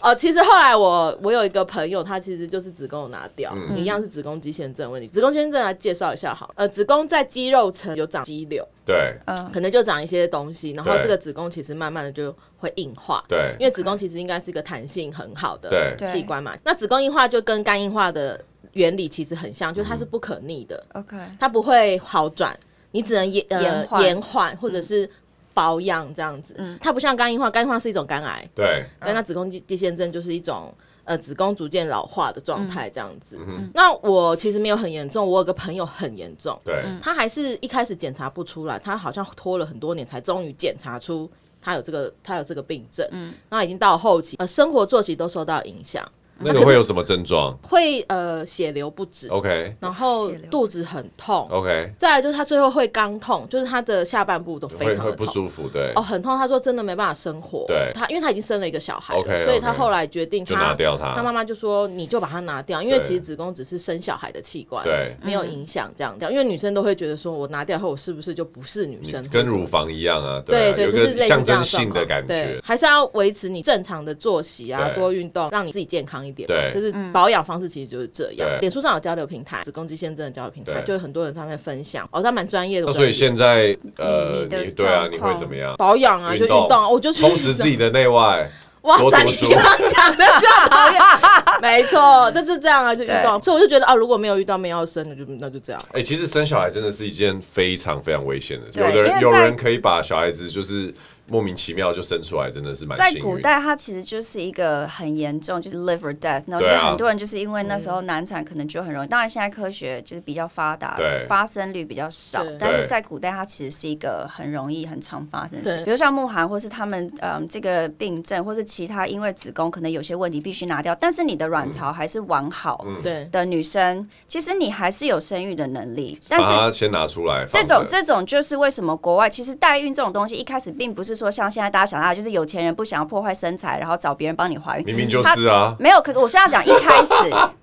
Speaker 3: 哦，其实后来我我有一个朋友，他其实就是子宫有拿掉，
Speaker 1: 嗯
Speaker 3: 一样是子宫肌腺症问题。子宫肌腺症来介绍一下好了，呃，子宫在肌肉层有长肌瘤，
Speaker 1: 对
Speaker 2: 嗯，
Speaker 3: 可能就长一些东西，然后
Speaker 1: 对
Speaker 3: 这个子宫其实慢慢的就会硬化。
Speaker 1: 对
Speaker 3: 因为子宫其实应该是一个弹性很好的
Speaker 1: 对
Speaker 3: 器官嘛，那子宫硬化就跟肝硬化的原理其实很
Speaker 1: 嗯
Speaker 3: 像，就它是不可逆的，
Speaker 2: OK，
Speaker 3: 它不会好转，你只能延呃
Speaker 2: 延缓嗯
Speaker 3: 延缓或者是保养这样子。它不像肝硬化，肝硬化是一种肝癌，
Speaker 1: 对，
Speaker 3: 但它子宫肌肌腺症就是一种。呃，子宫逐渐老化的状
Speaker 2: 嗯
Speaker 3: 态这样子。那我其实没有很严重，我有个朋友很严重，
Speaker 1: 对，
Speaker 3: 他还是一开始检查不出来，他好像拖了很多年才终于检查出他有这个他有这个病症。嗯，那已经到后期，呃，生活作息都受到影响，
Speaker 1: 那个会有什么症状
Speaker 3: 会呃血流不止，
Speaker 1: ？OK
Speaker 3: 然后
Speaker 2: 血流不止
Speaker 3: 肚子很痛，
Speaker 1: OK，
Speaker 3: 再来就是他最后会肛痛，就是他的下半部都非
Speaker 1: 会
Speaker 3: 常
Speaker 1: 会
Speaker 3: 的
Speaker 1: 不
Speaker 3: 痛。
Speaker 1: 舒服，对
Speaker 3: 哦，，很痛。他说真的没办法生活。
Speaker 1: 对
Speaker 3: 他因为他已经生了一个小孩了
Speaker 1: OK，OK
Speaker 3: 所以他后来决定
Speaker 1: 就
Speaker 3: 他
Speaker 1: 拿掉
Speaker 3: 他
Speaker 1: 它
Speaker 3: 妈。妈就说你就把它拿掉，因为
Speaker 1: 对
Speaker 3: 其实子宫只是生小孩的器官，
Speaker 1: 对，
Speaker 3: 没有影响这样掉。因为女生都会觉得说我拿掉后我是不是就不是女
Speaker 1: 你
Speaker 3: 生，
Speaker 1: 嗯跟
Speaker 3: 或是
Speaker 1: 乳房一样啊，
Speaker 3: 对
Speaker 1: 啊
Speaker 3: 对，
Speaker 1: 有
Speaker 3: 就是
Speaker 1: 个
Speaker 3: 类似
Speaker 1: 象
Speaker 3: 这
Speaker 1: 征
Speaker 3: 样的状
Speaker 1: 性的
Speaker 3: 况
Speaker 1: 感
Speaker 3: 对
Speaker 1: 觉，，
Speaker 3: 还是要维持你正常的作息啊，
Speaker 1: 对
Speaker 3: 多运动，让你自己健康一点嘛。
Speaker 1: 对
Speaker 3: 就是保养方式其实就是这样。
Speaker 1: 对
Speaker 3: 脸书上有交流平台，子宫肌腺症的交流平台，
Speaker 1: 对
Speaker 3: 就有很多人上面分享，哦，他蛮专业的。
Speaker 1: 那
Speaker 3: 我
Speaker 1: 所以
Speaker 3: 跟你
Speaker 1: 现在呃，
Speaker 2: 你的
Speaker 1: 你对啊，
Speaker 2: 状况
Speaker 1: 你会怎么样？
Speaker 3: 保养啊，就运动啊，我 就去
Speaker 1: 充实自己的内外，
Speaker 3: 哇塞，
Speaker 1: 多
Speaker 3: 你
Speaker 1: 读书
Speaker 3: 刚刚讲的就好，没错，就是这样啊，就运动。所以我就觉得啊，如果没有遇到没有生的，就那就这样。
Speaker 1: 哎、其实生小孩真的是一件非常非常危险的事。
Speaker 2: 对
Speaker 1: 有的
Speaker 2: 因
Speaker 1: 人
Speaker 2: 为
Speaker 1: 有
Speaker 2: 在
Speaker 1: 人可以把小孩子就是莫名其妙就生出来，真的是蛮
Speaker 2: 在
Speaker 1: 幸
Speaker 2: 古
Speaker 1: 运。
Speaker 2: 代，它其实就是一个很严重，就是 live or death，然后
Speaker 1: 对
Speaker 2: 就
Speaker 1: 啊
Speaker 2: 很多人就是因为那时候难产，可能就很容易。当然，现在科学就是比较发达
Speaker 1: 对，
Speaker 2: 发生率比较少
Speaker 3: 对，
Speaker 2: 但是在古代，它其实是一个很容易、很常发生的事
Speaker 3: 对。
Speaker 2: 比如像慕寒，或是他们嗯这个病症，或是其他因为子宫可能有些问题必须拿掉，但是你的卵
Speaker 1: 嗯
Speaker 2: 巢还是完好
Speaker 3: 对，
Speaker 2: 的女生，其实你还是有生育的能力，但
Speaker 1: 把
Speaker 2: 是
Speaker 1: 它先拿出来，
Speaker 2: 这
Speaker 1: 放
Speaker 2: 种
Speaker 1: 着
Speaker 2: 这种就是为什么国外其实代孕这种东西一开始并不是说像现在大家想到的，就是有钱人不想要破坏身材，然后找别人帮你怀孕。
Speaker 1: 明明就是啊，
Speaker 2: 没有，可是我现在讲一 开始，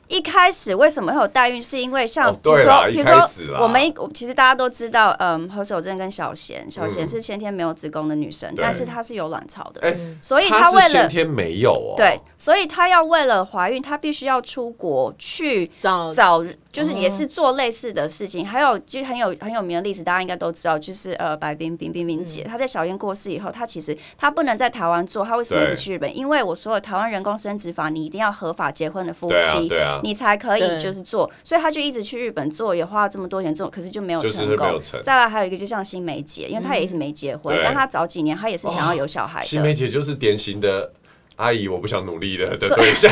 Speaker 2: 一开始为什么会有代孕，是因为
Speaker 1: 哦
Speaker 2: 像比如
Speaker 1: 对啦
Speaker 2: 说，
Speaker 1: 一
Speaker 2: 比如
Speaker 1: 开始啦
Speaker 2: 说我们一我其实大家都知道，嗯，何守正跟小贤，小贤是先天没有子宫的女生，
Speaker 1: 嗯对
Speaker 2: 但是她是有卵巢的，
Speaker 1: 哎、
Speaker 2: 所以
Speaker 1: 他
Speaker 2: 她为
Speaker 1: 是先
Speaker 2: 了
Speaker 1: 天没有哦，
Speaker 2: 对，，所以她要为了怀孕，她必须要出国去
Speaker 3: 早
Speaker 2: 早就是也是做类似的事情，还有就很有很有名的例子，大家应该都知道，就是呃白冰冰冰冰姐，她在小燕过世以后，她其实她不能在台湾做，她为什么一直
Speaker 1: 对
Speaker 2: 去日本？因为我所有台湾人工生殖法，你一定要合法结婚的夫
Speaker 1: 对啊
Speaker 2: 妻，
Speaker 1: 对啊，
Speaker 2: 你才可
Speaker 3: 对
Speaker 2: 以就是做，所以她就一直去日本做，也花了这么多钱做，可是就没有
Speaker 1: 就是
Speaker 2: 成
Speaker 1: 没
Speaker 2: 功。
Speaker 1: 有成
Speaker 2: 再来还有一个就像新梅姐，因为她也一直没结婚，
Speaker 1: 对哦
Speaker 2: 但她早几年她也是想要有小孩的，
Speaker 1: 新梅姐就是典型的阿姨，我不想努力了的对象。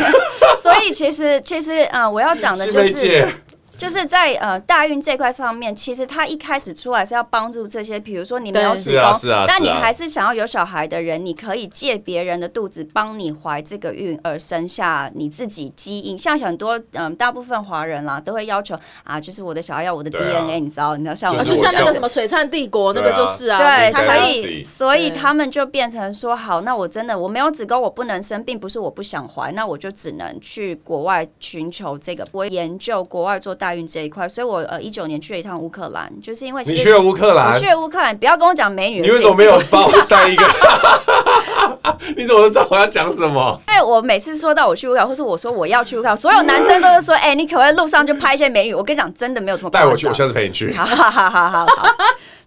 Speaker 2: 所以其实其实啊、呃我要讲的
Speaker 1: 新
Speaker 2: 就
Speaker 1: 梅
Speaker 2: 是。哎
Speaker 1: 姐，
Speaker 2: 就是在呃大运这块上面，其实他一开始出来是要帮助这些，比如说你没有
Speaker 3: 对
Speaker 2: 子
Speaker 1: 是
Speaker 2: 宫，
Speaker 1: 啊是啊
Speaker 2: 但你
Speaker 1: 是啊
Speaker 2: 还是想要有小孩的人，你可以借别人的肚子帮你怀这个孕，而生下你自己基因。像很多嗯、大部分华人啦都会要求啊，就是我的小孩要我的
Speaker 1: 对啊
Speaker 2: DNA，、你知道，你知道像我
Speaker 3: 啊，
Speaker 1: 就是
Speaker 3: 就像那个
Speaker 1: 我
Speaker 3: 什么璀璨帝国那
Speaker 1: 对啊
Speaker 3: 个就是啊，
Speaker 2: 对，
Speaker 3: 他
Speaker 1: 对
Speaker 2: 所
Speaker 1: 啊
Speaker 3: 才
Speaker 2: 以所以
Speaker 3: 对
Speaker 2: 他们就变成说，好，那我真的我没有子宫，我不能生，并不是我不想怀，那我就只能去国外寻求这个，我研究国外做代孕这一块。所以我呃一九年去了一趟乌克兰，就是因为
Speaker 1: 你
Speaker 2: 其
Speaker 1: 去
Speaker 2: 实
Speaker 1: 了乌克
Speaker 2: 我
Speaker 1: 兰
Speaker 2: 去，了乌克兰，不要跟我讲美女的
Speaker 1: 你
Speaker 2: 事
Speaker 1: 为
Speaker 2: 情，
Speaker 1: 什么没有帮我带一个？ 你怎么知道我要讲什么？
Speaker 2: 因为我每次说到我去乌克兰，或是我说我要去乌克兰，所有男生都是说，哎、你可不可以路上就拍一些美女？我跟你讲，真的没有这么夸
Speaker 1: 带
Speaker 2: 张。
Speaker 1: 我去，我下次陪你去。
Speaker 2: 好好好好好好，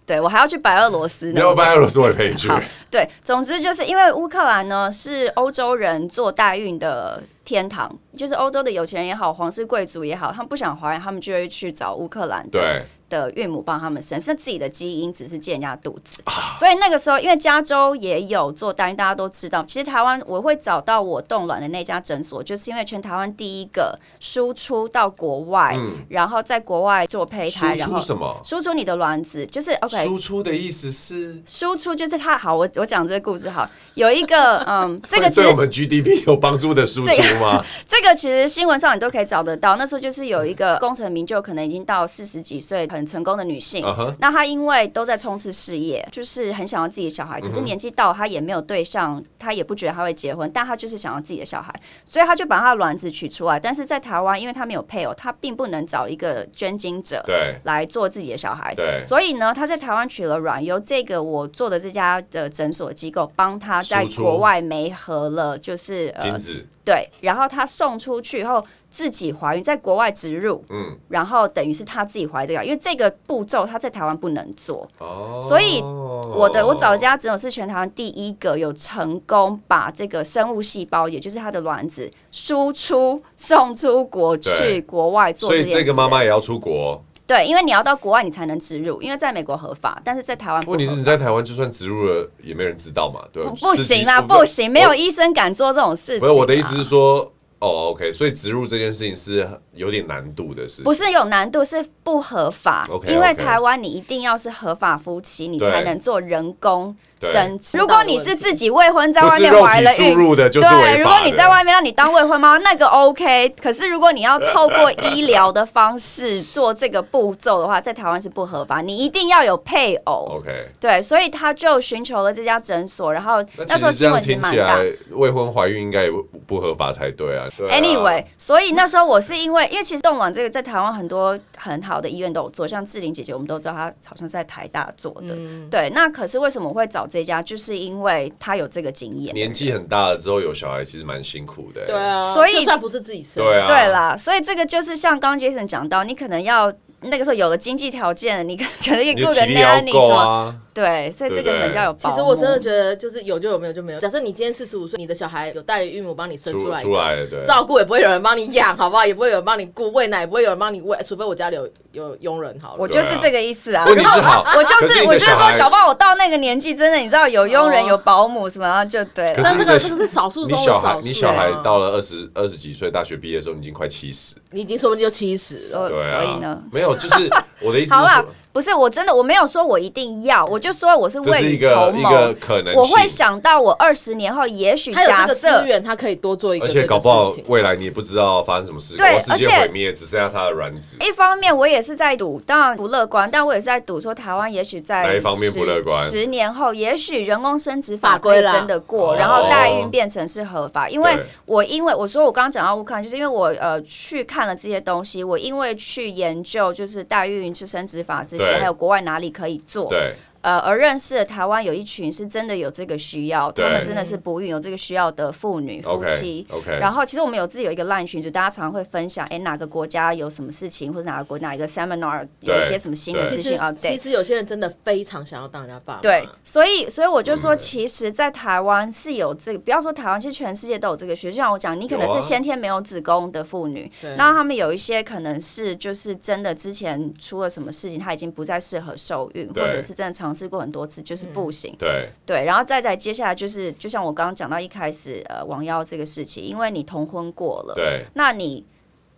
Speaker 2: 对我还要去白俄罗斯呢。
Speaker 1: 你要拜俄罗斯，我也陪你去。
Speaker 2: 好对，总之就是因为乌克兰呢是欧洲人做代孕的天堂，就是欧洲的有钱人也好，皇室贵族也好，他们不想怀孕，他们就会去找乌克兰的
Speaker 1: 对，
Speaker 2: 的孕母帮他们生，是自己的基因，只是借人家肚子。
Speaker 1: 啊
Speaker 2: 所以那个时候，因为加州也有做代孕，大家都知道。其实台湾我会找到我冻卵的那家诊所，就是因为全台湾第一个输出到国外，然后在国外做胚
Speaker 1: 嗯输
Speaker 2: 胎，然
Speaker 1: 出
Speaker 2: 后
Speaker 1: 什么？
Speaker 2: 输出你的卵子，就是 OK，
Speaker 1: 输出的意思是
Speaker 2: 输出就是他好，我我讲这个故事好，有一 个嗯，这个
Speaker 1: 会
Speaker 2: 其
Speaker 1: 对我
Speaker 2: 实
Speaker 1: 们 GDP 有帮助的输
Speaker 2: 这
Speaker 1: 出吗？
Speaker 2: 这个其实新闻上你都可以找得到。那时候就是有一个功成名就，可能已经到四十几岁很成功的 女性
Speaker 1: 嗯哼
Speaker 2: 那她因为都在冲刺事业，就是很想要自己的小孩，可
Speaker 1: 嗯
Speaker 2: 是年纪到了她也没有对象，她也不觉得她会结婚，但她就是想要自己的小孩，所以她就把她的卵子取出来。但是在台湾，因为她没有配偶，她并不能找一个捐精者，
Speaker 1: 对
Speaker 2: 来做自己的小孩。
Speaker 1: 对
Speaker 2: 所以呢，他在台湾取了卵，由这个我做的这家的诊所机构帮他在
Speaker 1: 输出
Speaker 2: 国外媒合了，就是
Speaker 1: 精
Speaker 2: 呃
Speaker 1: 子
Speaker 2: 对，然后她送出去后自己怀孕，在国外植入，
Speaker 1: 嗯，
Speaker 2: 然后等于是她自己怀这个，因为这个步骤她在台湾不能做。
Speaker 1: 哦，
Speaker 2: 所以我的我找家只有是全台湾第一个有成功把这个生物细胞，也就是它的卵子输出送出国
Speaker 1: 对
Speaker 2: 去国外做
Speaker 1: 所
Speaker 2: 这
Speaker 1: 以
Speaker 2: 件事。
Speaker 1: 这个妈妈也要出国。哦
Speaker 2: 对，因为你要到国外你才能植入，因为在美国合法，但是在台湾不
Speaker 1: 问题是
Speaker 2: 合
Speaker 1: 你在台湾就算植入了，也没人知道嘛，对吧
Speaker 2: 不？不
Speaker 1: 司机
Speaker 2: 行啦，啊
Speaker 1: 我
Speaker 2: 不行，没有医生敢做这种事情啊。
Speaker 1: 不是我的意思是说，哦，OK，所以植入这件事情是有点难度的事，
Speaker 2: 不是有难度，是不合法。
Speaker 1: OK，
Speaker 2: 因为
Speaker 1: OK
Speaker 2: 台湾你一定要是合法夫妻，你
Speaker 1: 对
Speaker 2: 才能做人工
Speaker 1: 对
Speaker 2: 生殖。
Speaker 3: 知道
Speaker 2: 如果你是自己未婚在
Speaker 1: 不
Speaker 2: 外
Speaker 1: 是
Speaker 2: 面
Speaker 1: 肉
Speaker 2: 怀了
Speaker 1: 体注
Speaker 2: 孕。
Speaker 1: 入的，就是
Speaker 2: 对，
Speaker 1: 违
Speaker 2: 如
Speaker 1: 法
Speaker 2: 果
Speaker 1: 的。
Speaker 2: 你在外面让你当未婚妈，那 个 OK。可是如果你要透过医疗的方式做这个步骤的话，在台湾是不合法，你一定要有配偶。
Speaker 1: OK，
Speaker 2: 对，所以他就寻求了这家诊所，然后
Speaker 1: 那
Speaker 2: 那
Speaker 1: 其
Speaker 2: 时候
Speaker 1: 实这
Speaker 2: 新
Speaker 1: 样
Speaker 2: 闻也
Speaker 1: 听
Speaker 2: 蛮
Speaker 1: 起
Speaker 2: 大
Speaker 1: 来，未婚怀孕应该也不不合法才对啊。对啊
Speaker 2: Anyway，所以那时候我是因为，因为其实冻卵这个在台湾很多很好的医院都有做，像志玲姐姐，我们都知道她好像是在台大做的。
Speaker 3: 嗯
Speaker 2: 对，那可是为什么我会找这家，就是因为她有这个经验。
Speaker 1: 年纪很大了之后有小孩，其实蛮辛苦的、欸。
Speaker 3: 对啊，
Speaker 2: 所以
Speaker 3: 就算不是自己生，
Speaker 1: 对啊，
Speaker 2: 对啦，所以这个就是像刚刚 Jason 讲到，你可能要那个时候有了经济条件，你可可能也
Speaker 1: 你的
Speaker 2: 雇
Speaker 1: 体
Speaker 2: 个
Speaker 1: 力要
Speaker 2: nanny
Speaker 1: 够
Speaker 2: 什么，
Speaker 1: 啊。
Speaker 2: 对，所以这个可能要有保
Speaker 3: 其
Speaker 2: 姆。
Speaker 3: 实我真的觉得，就是有就有，没有就没有。假设你今天四十五岁，你的小孩有代理孕母帮你生
Speaker 1: 出
Speaker 3: 出来，
Speaker 1: 出来了，对，
Speaker 3: 照顾也不会有人帮你养，好不好？也不会有人帮你顾，喂奶也不会有人帮你喂，除非 我家里有有佣人好了。
Speaker 2: 我就是这个意思啊。
Speaker 1: 问题是好，
Speaker 2: 我就
Speaker 1: 可
Speaker 2: 是，
Speaker 1: 你
Speaker 2: 我
Speaker 1: 的
Speaker 2: 就
Speaker 1: 小
Speaker 2: 说
Speaker 1: 孩，，
Speaker 2: 搞不好我到那个年纪，真的你知道有佣人、
Speaker 3: 哦
Speaker 2: 有保姆什么，然后就对了
Speaker 1: 可。
Speaker 3: 但
Speaker 1: 是
Speaker 3: 这个
Speaker 1: 你的
Speaker 3: 这个是少数中
Speaker 1: 你
Speaker 3: 的
Speaker 1: 小
Speaker 3: 少数、
Speaker 1: 孩，
Speaker 3: 啊。
Speaker 1: 你小孩到了二十二十几岁，大学毕业的时候，你已经快七十，
Speaker 3: 你已经说不定就七十了。
Speaker 2: 所
Speaker 1: 对啊，
Speaker 2: 呃所以呢，
Speaker 1: 没有，就是我的意思是
Speaker 2: 好啦
Speaker 1: 说，，
Speaker 2: 不是，我真的我没有说我一定要，我就说我是
Speaker 1: 这
Speaker 2: 未
Speaker 1: 是一
Speaker 2: 雨
Speaker 1: 个
Speaker 2: 绸
Speaker 1: 一个
Speaker 2: 缪，
Speaker 1: 可能性，
Speaker 2: 我会想到我二十年后，也许
Speaker 3: 他有这
Speaker 2: 假
Speaker 3: 个
Speaker 2: 设
Speaker 3: 资源，他可以多做一个
Speaker 1: 而
Speaker 3: 这
Speaker 1: 且
Speaker 3: 个事情。
Speaker 1: 搞不好未来你也不知道发生什么事，搞不好世
Speaker 2: 对
Speaker 1: 界
Speaker 2: 而且
Speaker 1: 毁灭，只剩下他的卵子。
Speaker 2: 一方面我也是在赌，当然不乐观，但我也是在赌说台湾也许在
Speaker 1: 哪一方面不乐观
Speaker 2: 十十年后，也许人工生殖
Speaker 3: 法
Speaker 2: 法
Speaker 3: 规
Speaker 2: 规
Speaker 3: 啦
Speaker 2: 真的过，
Speaker 1: 哦
Speaker 2: 然后代孕变成是合法。因为
Speaker 1: 对
Speaker 2: 我因为我说我刚刚讲到乌克兰，就是因为我呃去看了这些东西，我因为去研究就是代孕、是生殖法这些，
Speaker 1: 对
Speaker 2: 还有国外哪里可以做，
Speaker 1: 对，
Speaker 2: 呃，而认识了台湾有一群是真的有这个需要，他
Speaker 1: 对
Speaker 2: 们真的是不孕有这个需要的妇女夫
Speaker 1: OK，
Speaker 2: 妻。
Speaker 1: OK
Speaker 2: 然后其实我们有自己有一个 line 群组，大家常会分享，哎，哪个国家有什么事情，或者哪个国哪一个 seminar 有一些什么新
Speaker 1: 对
Speaker 2: 的
Speaker 1: 嗯
Speaker 2: 资
Speaker 3: 其
Speaker 2: 讯
Speaker 3: 实其
Speaker 2: update。
Speaker 3: 实有些人真的非常想要当人家爸妈。
Speaker 2: 对，所以所以我就
Speaker 1: 嗯
Speaker 2: 说，其实，在台湾是有这个，不要说台湾，其实全世界都有这个学。就像我讲，你可能
Speaker 1: 有啊
Speaker 2: 是先天没有子宫的妇女，
Speaker 3: 对
Speaker 2: 那他们有一些可能是就是真的之前出了什么事情，她已经不再适合受孕，或
Speaker 1: 对
Speaker 2: 者是真的尝试过很多次就是
Speaker 3: 嗯
Speaker 2: 不行。
Speaker 1: 对，
Speaker 2: 对，然后再再接下来就是，就像我刚刚讲到一开始，呃，王妖这个事情，因为你同婚过了，
Speaker 1: 对，
Speaker 2: 那你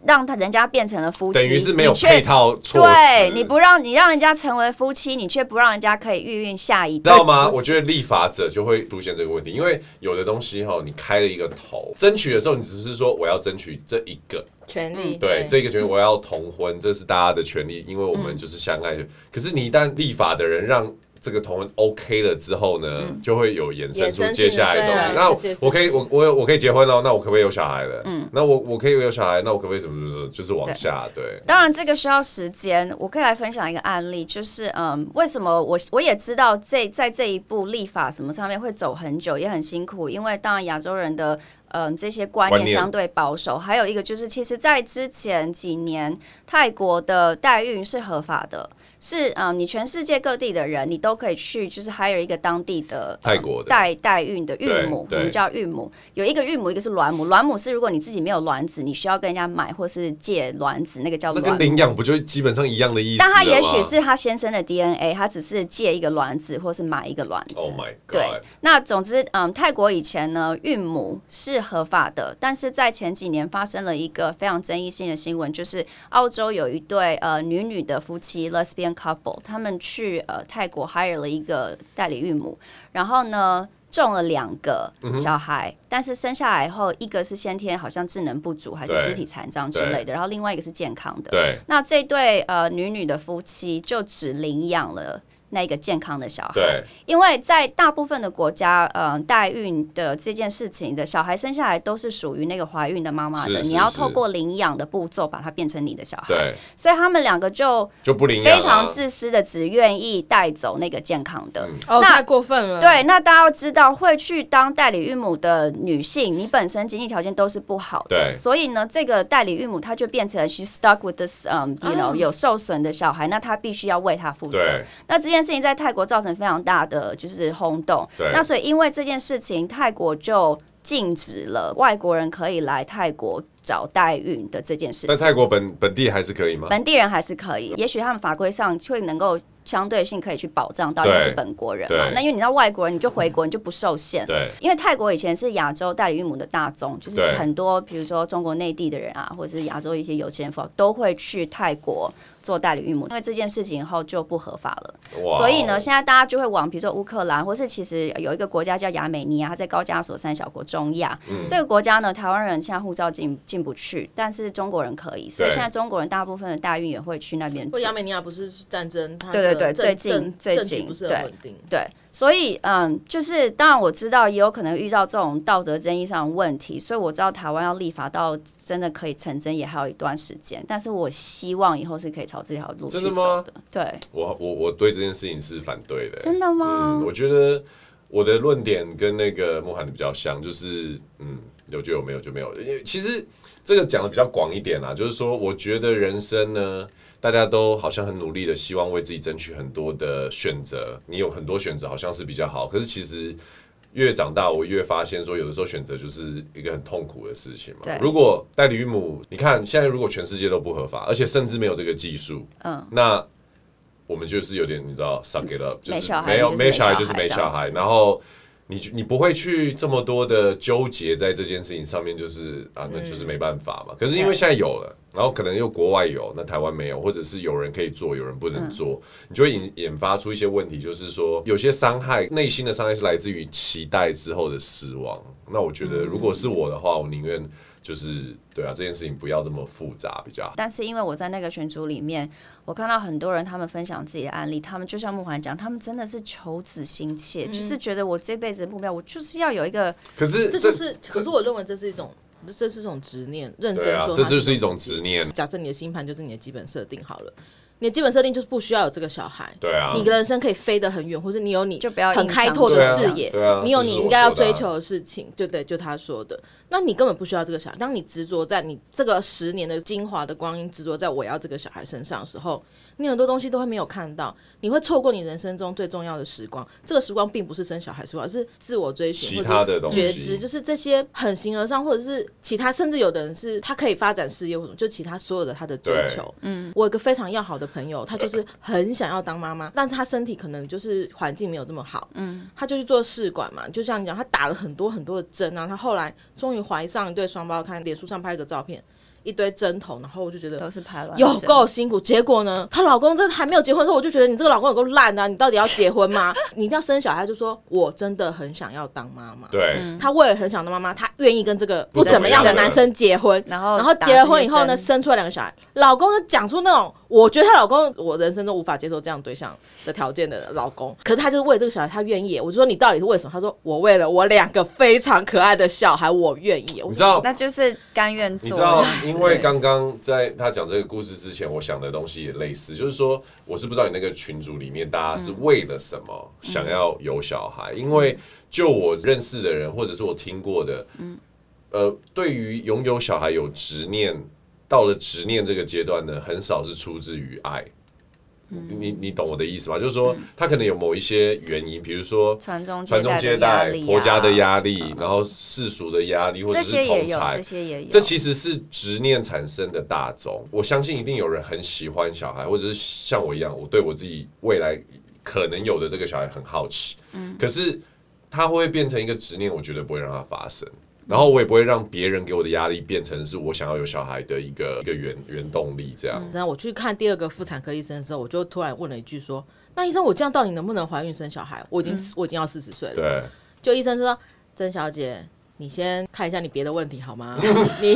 Speaker 2: 让他人家变成了夫妻，
Speaker 1: 等于是没有
Speaker 2: 你却
Speaker 1: 配套措
Speaker 2: 对
Speaker 1: 施，，
Speaker 2: 你不让你让人家成为夫妻，你却不让人家可以孕育下一
Speaker 1: 知
Speaker 2: 代，
Speaker 1: 道吗？我觉得立法者就会出现这个问题，因为有的东西哈，你开了一个头，争取的时候，你只是说我要争取这一个，
Speaker 3: 权利
Speaker 1: 对这个权利，我要同婚，这是大家的权利，因为我们
Speaker 2: 嗯
Speaker 1: 就是相爱的。可是你一旦立法的人让这个同婚 OK 了之后呢，
Speaker 2: 嗯
Speaker 1: 就会有衍生
Speaker 3: 衍
Speaker 1: 出
Speaker 3: 生
Speaker 1: 接
Speaker 3: 性
Speaker 1: 下来
Speaker 3: 对
Speaker 1: 的
Speaker 3: 啊
Speaker 1: 东
Speaker 3: 这
Speaker 1: 西。
Speaker 3: 些
Speaker 1: 那
Speaker 3: 事
Speaker 1: 我可以，我我有我可以结婚了，那我可不可以有小孩了？嗯，那我我可以有小孩，那我可不可以什么什么什么，就是往
Speaker 2: 对
Speaker 1: 下对。
Speaker 2: 当然，这个需要时间。我可以来分享一个案例，就是嗯，为什么我我也知道这在这一步立法什么上面会走很久，也很辛苦，因为当然亚洲人的嗯这些观
Speaker 1: 观
Speaker 2: 念
Speaker 1: 念
Speaker 2: 相对保守。还有一个就是，其实，在之前几年，泰国的代孕是合法的，是嗯，你全世界各地的人，你都可以去，就是还有一个当地的嗯
Speaker 1: 泰国的
Speaker 2: 代代孕的孕母，我
Speaker 1: 对对
Speaker 2: 们叫孕母，有一个孕母，一个是卵母。卵母是如果你自己没有卵子，你需要跟人家买或是借卵子，那个叫
Speaker 1: 那
Speaker 2: 卵
Speaker 1: 跟
Speaker 2: 母。
Speaker 1: 领养不就基本上一样的意思了
Speaker 2: 但
Speaker 1: 吗？
Speaker 2: 他也许是他先生的 DNA，他只是借一个卵子或是买一个卵子。
Speaker 1: Oh my God！
Speaker 2: 对，那总之，嗯，泰国以前呢，孕母是合法的，但是在前几年发生了一个非常争议性的新闻，就是澳洲有一对呃女女的夫妻 （lesbian couple），他们去呃泰国 hire 了一个代理孕母，然后呢。中了两个
Speaker 1: 嗯
Speaker 2: 小孩，但是生下来后，一个是先天好像智能不足，还是
Speaker 1: 对
Speaker 2: 肢体残障之
Speaker 1: 对
Speaker 2: 类的，然后另外一个是健康的。
Speaker 1: 对
Speaker 2: 那这对呃女女的夫妻就只领养了那一个健康的小孩。
Speaker 1: 对，
Speaker 2: 因为在大部分的国家，嗯、代孕的这件事情的小孩生下来都是属于那个怀孕的妈妈的，
Speaker 1: 是是
Speaker 2: 你要
Speaker 1: 是
Speaker 2: 透过领养的步骤把它变成你的小孩，
Speaker 1: 对，
Speaker 2: 所以他们两个就
Speaker 1: 就不领养、啊，
Speaker 2: 非常自私的只愿意带走那个健康的。
Speaker 1: 嗯
Speaker 3: 哦，
Speaker 2: 那
Speaker 3: 太过分了。
Speaker 2: 对，那大家要知道，会去当代理孕母的女性，你本身经济条件都是不好
Speaker 1: 对
Speaker 2: 的，所以呢，这个代理孕母她就变成 she stuck with this um you know、
Speaker 3: 啊
Speaker 2: 有受损的小孩，那她必须要为他负责。
Speaker 1: 对
Speaker 2: 那这件事情在泰国造成非常大的就是轰动。
Speaker 1: 对
Speaker 2: 那所以因为这件事情，泰国就禁止了外国人可以来泰国找代孕的这件事
Speaker 1: 但
Speaker 2: 情。
Speaker 1: 泰国本本地还是可以吗？
Speaker 2: 本地人还是可以，也许他们法规上会能够相对性可以去保障到，因
Speaker 1: 对
Speaker 2: 为是本国人嘛
Speaker 1: 对。
Speaker 2: 那因为你知道外国人，你就回国你就不受限。
Speaker 1: 对，
Speaker 2: 因为泰国以前是亚洲代理孕母的大宗，就是
Speaker 1: 对
Speaker 2: 很多比如说中国内地的人啊，或者是亚洲一些有钱人富豪都会去泰国做代理孕母。因为这件事情以后就不合法了。
Speaker 1: 哇哦
Speaker 2: 所以呢，现在大家就会往比如说乌克兰，或是其实有一个国家叫亚美尼亚，它在高加索三小国中亚、
Speaker 1: 嗯
Speaker 2: 这个国家呢，台湾人现在护照进进不去，但是中国人可以，所以
Speaker 1: 对
Speaker 2: 现在中国人大部分的代孕也会去那边
Speaker 3: 不，
Speaker 2: 做。
Speaker 3: 亚美尼亚不是战争，它
Speaker 2: 对对
Speaker 3: 的
Speaker 2: 对最
Speaker 3: 政
Speaker 2: 近
Speaker 3: 政
Speaker 2: 最
Speaker 3: 政
Speaker 2: 近
Speaker 3: 局不是很
Speaker 2: 对
Speaker 3: 稳定。
Speaker 2: 对，所以嗯，就是当然我知道也有可能遇到这种道德争议上的问题，所以我知道台湾要立法到真的可以成真也还有一段时间，但是我希望以后是可以朝这条路去
Speaker 1: 真的
Speaker 2: 走
Speaker 1: 吗
Speaker 2: 的。对，
Speaker 1: 我我我对这件事情是反对的、
Speaker 2: 真的吗？
Speaker 1: 嗯，我觉得我的论点跟那个莫涵的比较像，就是嗯，有就有，没有就没有。因为其实这个讲的比较广一点啦，啊就是说，我觉得人生呢，大家都好像很努力的，希望为自己争取很多的选择。你有很多选择，好像是比较好，可是其实。越长大，我越发现说，有的时候选择就是一个很痛苦的事情嘛
Speaker 2: 对。
Speaker 1: 如果代理孕母，你看现在如果全世界都不合法，而且甚至没有这个技术，
Speaker 2: 嗯，
Speaker 1: 那我们就是有点你知道 suck it up，就
Speaker 2: 没
Speaker 1: 是
Speaker 2: 小孩
Speaker 1: 没有
Speaker 2: 就是
Speaker 1: 没
Speaker 2: 没
Speaker 1: 小孩
Speaker 2: 小
Speaker 1: 就是
Speaker 2: 孩
Speaker 1: 没
Speaker 2: 这
Speaker 1: 小
Speaker 2: 样
Speaker 1: 孩，然后你就你不会去这么多的纠结在这件事情上面，就是啊，那就是没办法嘛。可是因为
Speaker 2: 嗯对
Speaker 1: 现在有了，然后可能又国外有，那台湾没有，或者是有人可以做，有人不能做，
Speaker 2: 嗯
Speaker 1: 你就会引引发出一些问题，就是说有些伤害，内心的伤害是来自于期待之后的失望。那我觉得
Speaker 2: 嗯
Speaker 1: 如果是我的话，我宁愿就是对啊，这件事情不要这么复杂比较好。
Speaker 2: 但是因为我在那个群组里面，我看到很多人他们分享自己的案例，他们就像慕涵讲，他们真的是求子心切，
Speaker 3: 嗯
Speaker 2: 就是觉得我这辈子的目标，我就是要有一个
Speaker 1: 可是
Speaker 3: 这就是，可是我认为这是一种，这是一种执念，认真
Speaker 1: 对啊
Speaker 3: 说，，
Speaker 1: 这就是一种执。念。
Speaker 3: 假设你的星盘就是你的基本设定好了，你的基本设定就是不需要有这个小孩，
Speaker 1: 对啊，
Speaker 3: 你的人生可以飞得很远，或是你有你
Speaker 2: 就不要
Speaker 3: 很
Speaker 2: 影响
Speaker 3: 开拓的
Speaker 1: 对啊
Speaker 3: 视野，
Speaker 1: 对啊
Speaker 3: 你有
Speaker 1: 这是
Speaker 3: 你
Speaker 1: 我
Speaker 3: 应该要
Speaker 1: 说的啊
Speaker 3: 追求的事情，对对，就他说的，那你根本不需要这个小孩。当你执着在你这个十年的精华的光阴执着在我要这个小孩身上的时候，你很多东西都会没有看到，你会错过你人生中最重要的时光。这个时光并不是生小孩时光，而是自我追寻
Speaker 1: 其
Speaker 3: 或
Speaker 1: 他的
Speaker 3: 者
Speaker 1: 东
Speaker 3: 是
Speaker 1: 西
Speaker 3: 觉知，就是这些很形而上，或者是其他，甚至有的人是他可以发展事业或什么，就其他所有的他的追
Speaker 1: 对
Speaker 3: 求。我有一个非常要好的朋友，她就是很想要当妈妈，但是她身体可能就是环境没有这么好，嗯，她就去做试管嘛，就像你讲，她打了很多很多的针啊，她后来终于怀上一对双胞胎，脸书上拍一个照片，一堆针头，然后我就觉得。
Speaker 2: 都是排卵
Speaker 3: 有
Speaker 2: 症
Speaker 3: 够辛苦，结果呢？她老公真的还没有结婚的时候，我就觉得你这个老公有够烂啊！你到底要结婚吗？ 你一定要生小孩？她就说我真的很想要当妈妈。
Speaker 1: 对，
Speaker 3: 她为了很想当妈妈，她愿意跟这个
Speaker 1: 不
Speaker 3: 不
Speaker 1: 怎
Speaker 3: 怎么样的
Speaker 1: 么样的
Speaker 3: 男生结婚，
Speaker 2: 然后
Speaker 3: 然后
Speaker 2: 打
Speaker 3: 结
Speaker 2: 这
Speaker 3: 了
Speaker 2: 些
Speaker 3: 婚以后呢，
Speaker 2: 针
Speaker 3: 生出来两个小孩，老公就讲出那种，我觉得她老公，我人生中无法接受这样对象的条件的老公，可是她就是为了这个小孩，她愿意。我就说你到底是为什么？她说我为了我两个非常可爱的小孩，我愿意。我
Speaker 1: 你知道，
Speaker 2: 那就是甘愿做
Speaker 1: 你知道
Speaker 2: 这样，子
Speaker 1: 因为刚刚在他讲这个故事之前，我想的东西也类似，就是说，我是不知道你那个群组里面大家是为了什么
Speaker 3: 嗯
Speaker 1: 想要有小孩，因为就我认识的人，或者是我听过的，
Speaker 3: 嗯
Speaker 1: 呃，对于拥有小孩有执念，到了执念这个阶段呢，很少是出自于爱。
Speaker 3: 嗯
Speaker 1: 你你懂我的意思吧？就是说，他可能有某一些原因，比如说
Speaker 2: 传宗
Speaker 1: 传宗接
Speaker 2: 接
Speaker 1: 代
Speaker 2: 代的压力、啊、、
Speaker 1: 婆家的压力，然后世俗的压力，或者
Speaker 2: 这
Speaker 1: 是
Speaker 2: 些也
Speaker 1: 同
Speaker 2: 有，
Speaker 1: 财
Speaker 2: 这，些也有，
Speaker 1: 这其实是执念产生的大宗。我相信一定有人很喜欢小孩，或者是像我一样，我对我自己未来可能有的这个小孩很好奇。
Speaker 2: 嗯
Speaker 1: 可是它会变成一个执念，我绝对不会让它发生。然后我也不会让别人给我的压力变成是我想要有小孩的一个一个原原动力，这
Speaker 2: 嗯
Speaker 1: 样。
Speaker 3: 然后我去看第二个妇产科医生的时候，我就突然问了一句说：“那医生，我这样到嗯底能不能怀孕生小孩？我已经、我已经要四十岁了。”
Speaker 1: 对，
Speaker 3: 就医生说：“曾小姐，你先看一下你别的问题好吗？ 你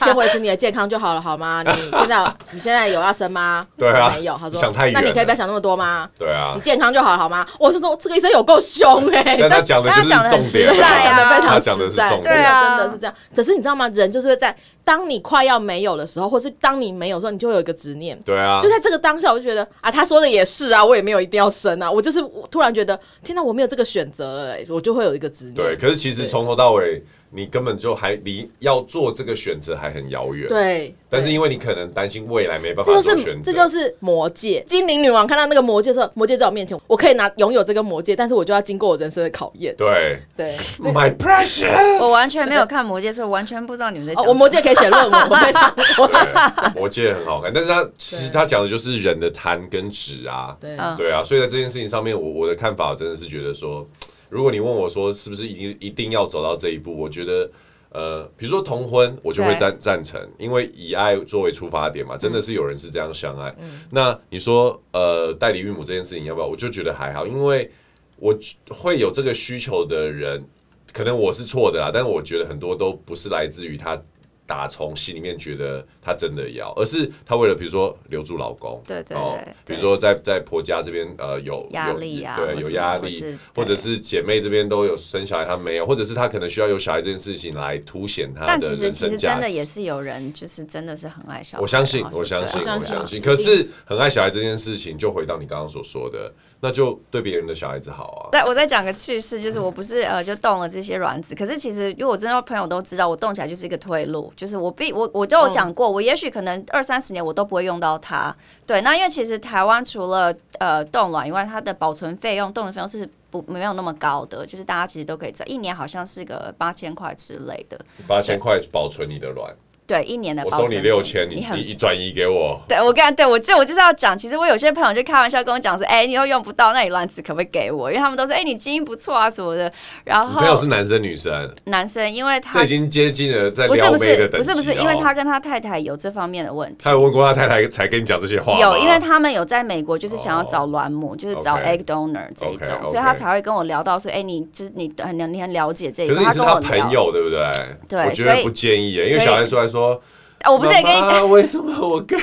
Speaker 3: 先维持你的健康就好了好吗？你现在你现在有要生吗？
Speaker 1: 对啊
Speaker 3: 我说没有。他说
Speaker 1: 想太远
Speaker 3: 那你可以不
Speaker 1: 了
Speaker 3: 要想那么多吗？
Speaker 1: 对啊
Speaker 3: 你，健康就好了好吗？我就说这个医生有够凶 哎、
Speaker 1: 但他讲的就是
Speaker 2: 但他讲得很
Speaker 1: 重点
Speaker 2: 实
Speaker 3: 对
Speaker 2: 在
Speaker 3: 啊，
Speaker 2: 啊
Speaker 3: 讲的非
Speaker 1: 他
Speaker 3: 常
Speaker 1: 讲的
Speaker 3: 实
Speaker 1: 是
Speaker 3: 在，
Speaker 1: 重
Speaker 3: 真的
Speaker 1: 点
Speaker 2: 对啊
Speaker 3: 真的是这样。可是你知道吗？人就是会在当你快要没有的时候，或是当你没有的时候，你就会有一个执念。
Speaker 1: 对啊
Speaker 3: 就，在这个当下，我就觉得啊，他说的也是啊，我也没有一定要生啊，我就是我突然觉得，天哪，我没有这个选择了、欸，我就会有一个执念。
Speaker 1: 对。可是其实
Speaker 3: 对
Speaker 1: 从头到尾，你根本就还离要做这个选择还很遥远。
Speaker 3: 对，
Speaker 1: 但是
Speaker 3: 对
Speaker 1: 因为你可能担心未来没办法
Speaker 3: 这
Speaker 1: 做
Speaker 3: 就
Speaker 1: 选
Speaker 3: 是
Speaker 1: 择，
Speaker 3: 这就是魔戒。精灵女王看到那个魔戒的时候，魔戒在我面前，我可以拿拥有这个魔戒，但是我就要经过我人生的考验。
Speaker 1: 对
Speaker 3: 对，
Speaker 1: ，My precious，
Speaker 2: 我完全没有看《魔戒》，所以我完全不知道你们在
Speaker 3: 哦
Speaker 1: 啊
Speaker 2: 讲，什么。
Speaker 3: 我魔戒可以写论文，我会上。 我
Speaker 1: 对，魔戒很好看，但是他其实
Speaker 3: 对
Speaker 1: 他讲的就是人的贪跟执啊，
Speaker 3: 对，
Speaker 2: 嗯
Speaker 1: 对啊，所以在这件事情上面，我我的看法真的是觉得说，如果你问我说是不是一定一定要走到这一步，我觉得。呃，比如说同婚，我就会
Speaker 2: 对嗯
Speaker 1: 赞赞成，因为以爱作为出发点嘛，真的是有人是这样相爱。那你说，呃，代理孕母这件事情要不要？我就觉得还好，因为我会有这个需求的人，可能我是错的啦，但是我觉得很多都不是来自于他打从心里面觉得他真的要，而是他为了比如说留住老公，哦
Speaker 2: 对对对
Speaker 1: 比如说在在婆家这边呃有
Speaker 2: 压
Speaker 1: 有
Speaker 2: 力啊
Speaker 1: 对，
Speaker 2: 或
Speaker 1: 有
Speaker 2: 是
Speaker 1: 压
Speaker 2: 或
Speaker 1: 力
Speaker 2: 是，
Speaker 1: 或者
Speaker 2: 对
Speaker 1: 是姐妹这边都有生小孩，他没有，或者是他可能需要有小孩这件事情来凸显他
Speaker 2: 但其
Speaker 1: 的
Speaker 2: 实
Speaker 1: 人
Speaker 2: 其
Speaker 1: 生
Speaker 2: 实
Speaker 1: 价
Speaker 2: 真
Speaker 1: 值。
Speaker 2: 的也是有人，就是真的是很爱小孩。
Speaker 1: 我相信
Speaker 2: 然，后
Speaker 1: 我
Speaker 2: 就
Speaker 1: 相信，
Speaker 2: 对啊
Speaker 1: 我
Speaker 3: 我相
Speaker 1: 相信。
Speaker 3: 信啊
Speaker 1: 可
Speaker 3: 一定
Speaker 1: 是很爱小孩这件事情，就回到你刚刚所说的，那就对别人的小孩子好啊。
Speaker 2: 对，我再讲个趣事，就是我不是呃就动了这些卵子，可是其实因为我真的朋友都知道，我动起来就是一个退路，就是我必我我都
Speaker 1: 嗯
Speaker 2: 有讲过，我也许可能二三十年我都不会用到它。对，那因为其实台湾除了呃冻卵以外，它的保存费用、冻的费用是不没有那么高的，就是大家其实都可以在一年好像是个八千块之类的，
Speaker 1: 八千块保存你的卵，
Speaker 2: 对，一年的
Speaker 1: 我
Speaker 2: 保
Speaker 1: 收
Speaker 2: 存
Speaker 1: 你
Speaker 2: 费
Speaker 1: 六千，你
Speaker 2: 你
Speaker 1: 你
Speaker 2: 很
Speaker 1: 一转移给我。
Speaker 2: 对，我刚对我这我就是要讲，其实我有些朋友就开玩笑跟我讲说，哎、你以后用不到，那你卵子可不可以给我？因为他们都说，哎、你基因不错啊什么的。然
Speaker 1: 你朋友
Speaker 2: 后
Speaker 1: 是男生女生，
Speaker 2: 男生，因为
Speaker 1: 这
Speaker 2: 他
Speaker 1: 已经接近了在
Speaker 2: 不是
Speaker 1: 撩
Speaker 2: 不
Speaker 1: 妹
Speaker 2: 是
Speaker 1: 的等
Speaker 2: 不
Speaker 1: 级
Speaker 2: 是不是，
Speaker 1: 了
Speaker 2: 因为
Speaker 1: 哦
Speaker 2: 他跟他太太有这方面的问题
Speaker 1: 他。有问过他太太，才跟你讲这些话吗。
Speaker 2: 有，因为他们有在美国，就是想要找卵母就是找
Speaker 1: 哦 OK
Speaker 2: egg donor 这一种
Speaker 1: OK，OK
Speaker 2: 所以他才会跟我聊到说，哎、你这你很你很了解这一
Speaker 1: 可
Speaker 2: 个，
Speaker 1: 是你是
Speaker 2: 跟
Speaker 1: 他
Speaker 2: 我
Speaker 1: 朋
Speaker 2: 聊，
Speaker 1: 友，对不对？
Speaker 2: 对
Speaker 1: 我觉
Speaker 2: 所
Speaker 1: 得
Speaker 2: 以
Speaker 1: 不建议耶，因为
Speaker 2: 所以
Speaker 1: 小孩出来说，
Speaker 2: 啊我不是也跟你
Speaker 1: 妈 妈为什么我跟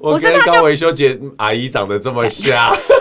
Speaker 1: 我
Speaker 2: 不是
Speaker 1: 跟
Speaker 2: 他就
Speaker 1: 高维修姐阿姨长得这么 像？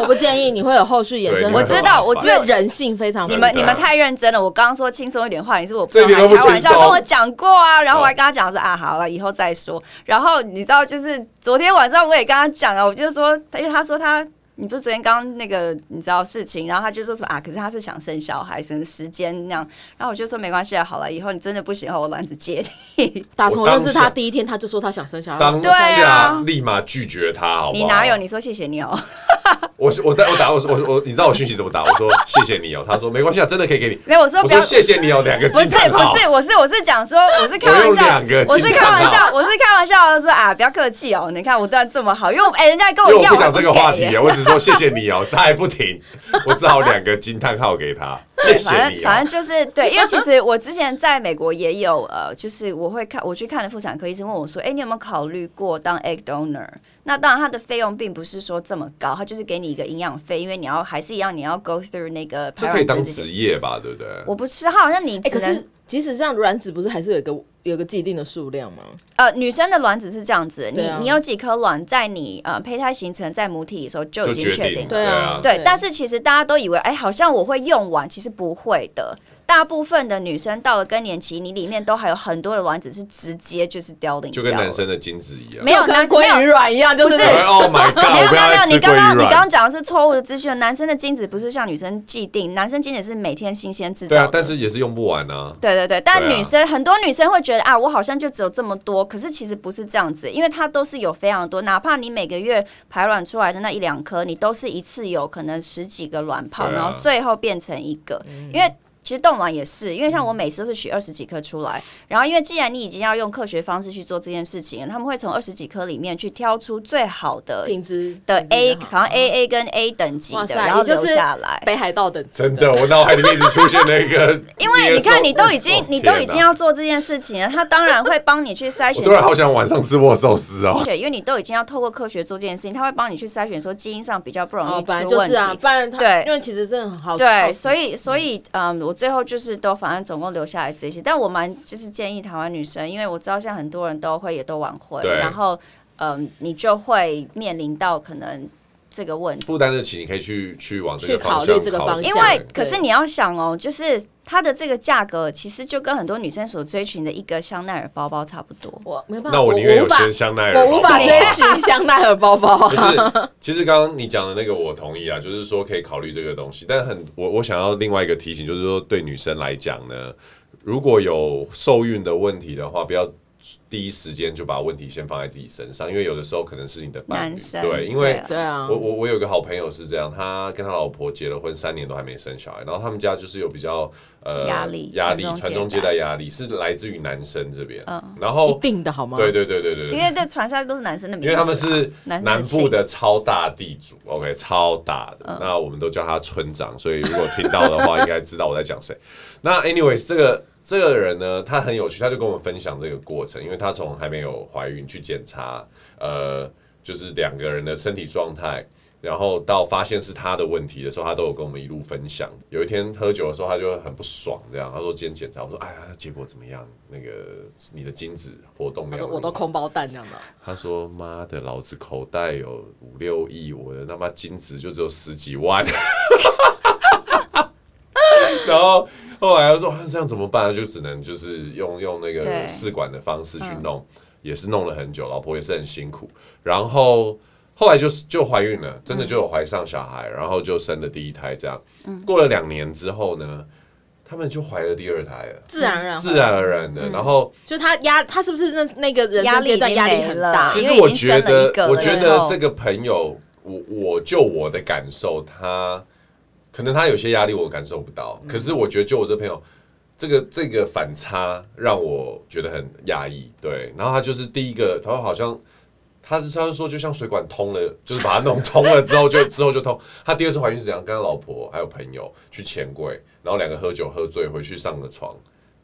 Speaker 3: 我不建议你会有后续衍
Speaker 1: 对
Speaker 3: 生
Speaker 1: 你
Speaker 3: 很多。
Speaker 1: 会
Speaker 2: 我知道
Speaker 1: 很
Speaker 2: 我
Speaker 1: 麻
Speaker 2: 知
Speaker 1: 烦
Speaker 3: 因为人性非常
Speaker 2: 你
Speaker 3: 复
Speaker 2: 们
Speaker 1: 真的
Speaker 2: 你们太认真了，我刚刚说轻松一点话，你是我
Speaker 1: 这一
Speaker 2: 朋友
Speaker 1: 点都不
Speaker 2: 还开玩
Speaker 1: 轻
Speaker 2: 笑
Speaker 1: 松哦
Speaker 2: 跟我讲过啊，然后我
Speaker 1: 好
Speaker 2: 还跟他讲说啊，好了，以后再说。然后你知道，就是昨天晚上我也跟他讲啊，我就说，因为他说他。你不是昨天刚刚那个你知道事情，然后他就说什么啊？可是他是想生小孩，省时间那样。然后我就说没关系啊，好了，以后你真的不行的话，我卵子借你，
Speaker 3: 打从
Speaker 1: 我
Speaker 3: 我
Speaker 1: 当
Speaker 3: 认识
Speaker 1: 下
Speaker 3: 他第一天，他就说他想生小孩。
Speaker 1: 当
Speaker 2: 对啊
Speaker 1: 下立马拒绝他，好不好？
Speaker 2: 你哪有？你说谢谢你哦，
Speaker 1: 我是我打我打我我我，你知道我讯息怎么打？我说谢谢你哦，他说没关系啊，真的可以给你。
Speaker 2: 没有，我说
Speaker 1: 我
Speaker 2: 不要
Speaker 1: 说，谢谢你哦，两个
Speaker 2: 不
Speaker 1: 惊
Speaker 2: 是
Speaker 1: 叹
Speaker 2: 不
Speaker 1: 号。
Speaker 2: 是，我是我是讲 说，我是开
Speaker 1: 我
Speaker 2: 玩
Speaker 1: 用
Speaker 2: 笑
Speaker 1: 两个，
Speaker 2: 我是
Speaker 1: 惊
Speaker 2: 开
Speaker 1: 叹
Speaker 2: 玩
Speaker 1: 号
Speaker 2: 笑，我是开玩笑的说啊，不要客气哦，你看我段这么好，因 为我哎、人家跟
Speaker 1: 因为
Speaker 2: 我
Speaker 1: 我
Speaker 2: 要，
Speaker 1: 不想这个话
Speaker 2: 我
Speaker 1: 题
Speaker 2: 不给
Speaker 1: 啊，我只说谢谢你哦，他还不停，我只好两个惊叹号给他，谢
Speaker 2: 对，
Speaker 1: 谢
Speaker 2: 反
Speaker 1: 你
Speaker 2: 正
Speaker 1: 哦
Speaker 2: 反。正就是对，因为其实我之前在美国也有呃，就是我会看我去看的妇产科医生问我说，哎、你有没有考虑过当 egg donor？那当然，它的费用并不是说这么高，它就是给你一个营养费，因为你要还是一样，你要 go through 那个
Speaker 1: 这
Speaker 2: 排
Speaker 1: 可以
Speaker 2: 卵
Speaker 1: 当
Speaker 2: 子这
Speaker 1: 职
Speaker 2: 些。
Speaker 1: 业吧，对不对？
Speaker 2: 我不知道，好像你只
Speaker 3: 哎、可
Speaker 2: 能、
Speaker 3: 是即使这样，卵子不是还是有一个有一个既定的数量吗？
Speaker 2: 呃，女生的卵子是这样子，你、
Speaker 3: 对啊
Speaker 2: 你有几颗卵在你呃胚胎形成在母体里的时候就
Speaker 1: 就
Speaker 2: 已经
Speaker 1: 决
Speaker 2: 确
Speaker 1: 定
Speaker 2: 定
Speaker 1: 了
Speaker 2: 了。
Speaker 3: 对啊
Speaker 2: 对
Speaker 3: 对，
Speaker 2: 但是其实大家都以为，哎，好像我会用完，其实不会的。大部分的女生到了更年期，你里面都还有很多的卵子是直接就是凋零
Speaker 1: 就
Speaker 2: 掉
Speaker 1: 跟
Speaker 2: 了，
Speaker 1: 男生的精子一样。
Speaker 2: 没有
Speaker 3: 就
Speaker 2: 男
Speaker 3: 跟
Speaker 2: 生没有
Speaker 3: 鲑鱼卵一样，就是
Speaker 2: 不是
Speaker 1: 哎 Oh my god！
Speaker 2: 没有
Speaker 1: 我不
Speaker 2: 没
Speaker 1: 要
Speaker 2: 有没有，
Speaker 1: 再吃
Speaker 2: 你刚
Speaker 1: 鲑
Speaker 2: 刚
Speaker 1: 鱼
Speaker 2: 你
Speaker 1: 卵
Speaker 2: 刚刚。讲的是错误的资讯。男生的精子不是像女生既定，男生精子是每天新鲜制造
Speaker 1: 对
Speaker 2: 的。
Speaker 1: 啊，但是也是用不完啊。
Speaker 2: 对对对，但
Speaker 1: 对啊
Speaker 2: 女生、很多女生会觉得啊，我好像就只有这么多，可是其实不是这样子，因为它都是有非常多，哪怕你每个月排卵出来的那一两颗，你都是一次有可能十几个卵泡，
Speaker 1: 对啊嗯
Speaker 2: 然后最后变成一个，因为。其实冻卵也是，因为像我每次都是取二十几颗出来，然后因为既然你已经要用科学方式去做这件事情，他们会从二十几颗里面去挑出最好的
Speaker 3: 品质
Speaker 2: 的 A，
Speaker 3: 品质嗯
Speaker 2: 好像 A A 跟 A 等级
Speaker 3: 哇
Speaker 2: 的，
Speaker 3: 塞
Speaker 2: 然后
Speaker 3: 也就是
Speaker 2: 留下来。
Speaker 3: 北海道的
Speaker 1: 真的，我脑海里面一直出现那个捏手，
Speaker 2: 因为你看，你都已经
Speaker 1: 哦
Speaker 2: 你都已经
Speaker 1: 天哪
Speaker 2: 要做这件事情了，他当然会帮你去筛
Speaker 1: 我
Speaker 2: 选
Speaker 1: 突。然好想晚上吃握寿司哦。
Speaker 2: 对，因为你都已经要透过科学做这件事情，他会帮你去筛选说基因上比较不容
Speaker 3: 哦，
Speaker 2: 易出
Speaker 3: 本来就
Speaker 2: 问
Speaker 3: 是
Speaker 2: 题。
Speaker 3: 啊，不然他
Speaker 2: 对
Speaker 3: 因为其实真的很好
Speaker 2: 对，所
Speaker 3: 以
Speaker 2: 以所以嗯，我我最后就是都反正总共留下来这些，但我蛮就是建议台湾女生，因为我知道现在很多人都会也都晚婚，
Speaker 1: 对
Speaker 2: 然后嗯，你就会面临到可能这个问题。
Speaker 1: 负担得起，你可以去去往这
Speaker 3: 去
Speaker 1: 个
Speaker 3: 考
Speaker 1: 方向
Speaker 3: 虑这个
Speaker 1: 考
Speaker 3: 方
Speaker 1: 虑
Speaker 3: 向
Speaker 2: 因为可是你要想哦，就是它的这个价格其实就跟很多女生所追寻的一个香奈儿包包差不多。
Speaker 3: 我没有办法，
Speaker 1: 那我宁愿
Speaker 3: 我无
Speaker 1: 有
Speaker 3: 法，
Speaker 1: 先香奈儿，
Speaker 3: 我无法追寻香奈儿包 包
Speaker 1: 不
Speaker 3: 啊。
Speaker 1: 是，其实刚刚你讲的那个我同意啊，就是说可以考虑这个东西，但很我我想要另外一个提醒，就是说对女生来讲呢，如果有受孕的问题的话，不要第一时间就把问题先放在自己身上，因为有的时候可能是你的伴侣
Speaker 2: 男，生
Speaker 1: 对，因为
Speaker 2: 对
Speaker 3: 对啊
Speaker 1: 我，我我有一个好朋友是这样，他跟他老婆结了婚三年都还没生小孩，然后他们家就是有比较呃
Speaker 2: 压力
Speaker 1: 压力
Speaker 2: 传宗
Speaker 1: 传宗
Speaker 2: 接
Speaker 1: 接
Speaker 2: 代
Speaker 1: 代压力是来自于男生这边，
Speaker 2: 嗯
Speaker 1: 然
Speaker 3: 一
Speaker 1: 后
Speaker 3: 定的好吗？
Speaker 1: 对对对对对
Speaker 2: 因
Speaker 1: 对。
Speaker 2: 为这传下来都是男生的名
Speaker 1: 因
Speaker 2: 字啊，
Speaker 1: 为他们是
Speaker 2: 男
Speaker 1: 南
Speaker 2: 生
Speaker 1: 部
Speaker 2: 姓嗯
Speaker 1: 的超大地主，OK，超大的，那我们都叫他村长，所以如果听到的话，应该知道我在讲谁。 那 anyways，这个这个人呢，他很有趣，他就跟我们分享这个过程，因为他从还没有怀孕去检查，呃，就是两个人的身体状态。然后到发现是他的问题的时候，他都有跟我们一路分享。有一天喝酒的时候，他就很不爽，这样他说今天检查，我说哎呀，结果怎么样？那个你的精子活动
Speaker 3: 他
Speaker 1: 量
Speaker 3: 说
Speaker 1: 如何，
Speaker 3: 我都空包蛋这样的。
Speaker 1: 他说：“妈的，老子口袋有五六亿，我的他妈金子就只有十几万。” 然后后来他说：“啊，这样怎么办？”就只能就是用用那个
Speaker 2: 对
Speaker 1: 试管的方式去弄，也是弄了很久，老婆也是很辛苦。然后后来就是就怀孕了，真的就有怀上小孩，然后就生了第一胎。这样过了两年之后呢，他们就怀了第二胎了，
Speaker 3: 自然而然，
Speaker 1: 自然而然的。然后
Speaker 3: 就他压他是不是那那个人
Speaker 2: 压
Speaker 3: 生
Speaker 2: 力
Speaker 3: 阶段
Speaker 2: 已经
Speaker 3: 压力
Speaker 2: 没
Speaker 3: 很
Speaker 2: 了
Speaker 3: 大？
Speaker 1: 其
Speaker 2: 啊因
Speaker 1: 实
Speaker 2: 为已
Speaker 1: 我
Speaker 2: 经
Speaker 1: 觉
Speaker 2: 生了一
Speaker 1: 得，
Speaker 2: 个
Speaker 1: 我
Speaker 2: 了
Speaker 1: 觉
Speaker 2: 然
Speaker 1: 得
Speaker 2: 后
Speaker 1: 这个朋友，我我就我的感受，他可能他有些压力我感受不到，
Speaker 2: 嗯
Speaker 1: 可是我觉得就我这朋友，这个这个反差让我觉得很压抑。对，然后他就是第一个，他好像。他是他是说，就像水管通了，就是把它弄通了之后就，之后就通。他第二次怀孕是怎样？跟他老婆还有朋友去钱柜，然后两个喝酒喝醉，回去上个床，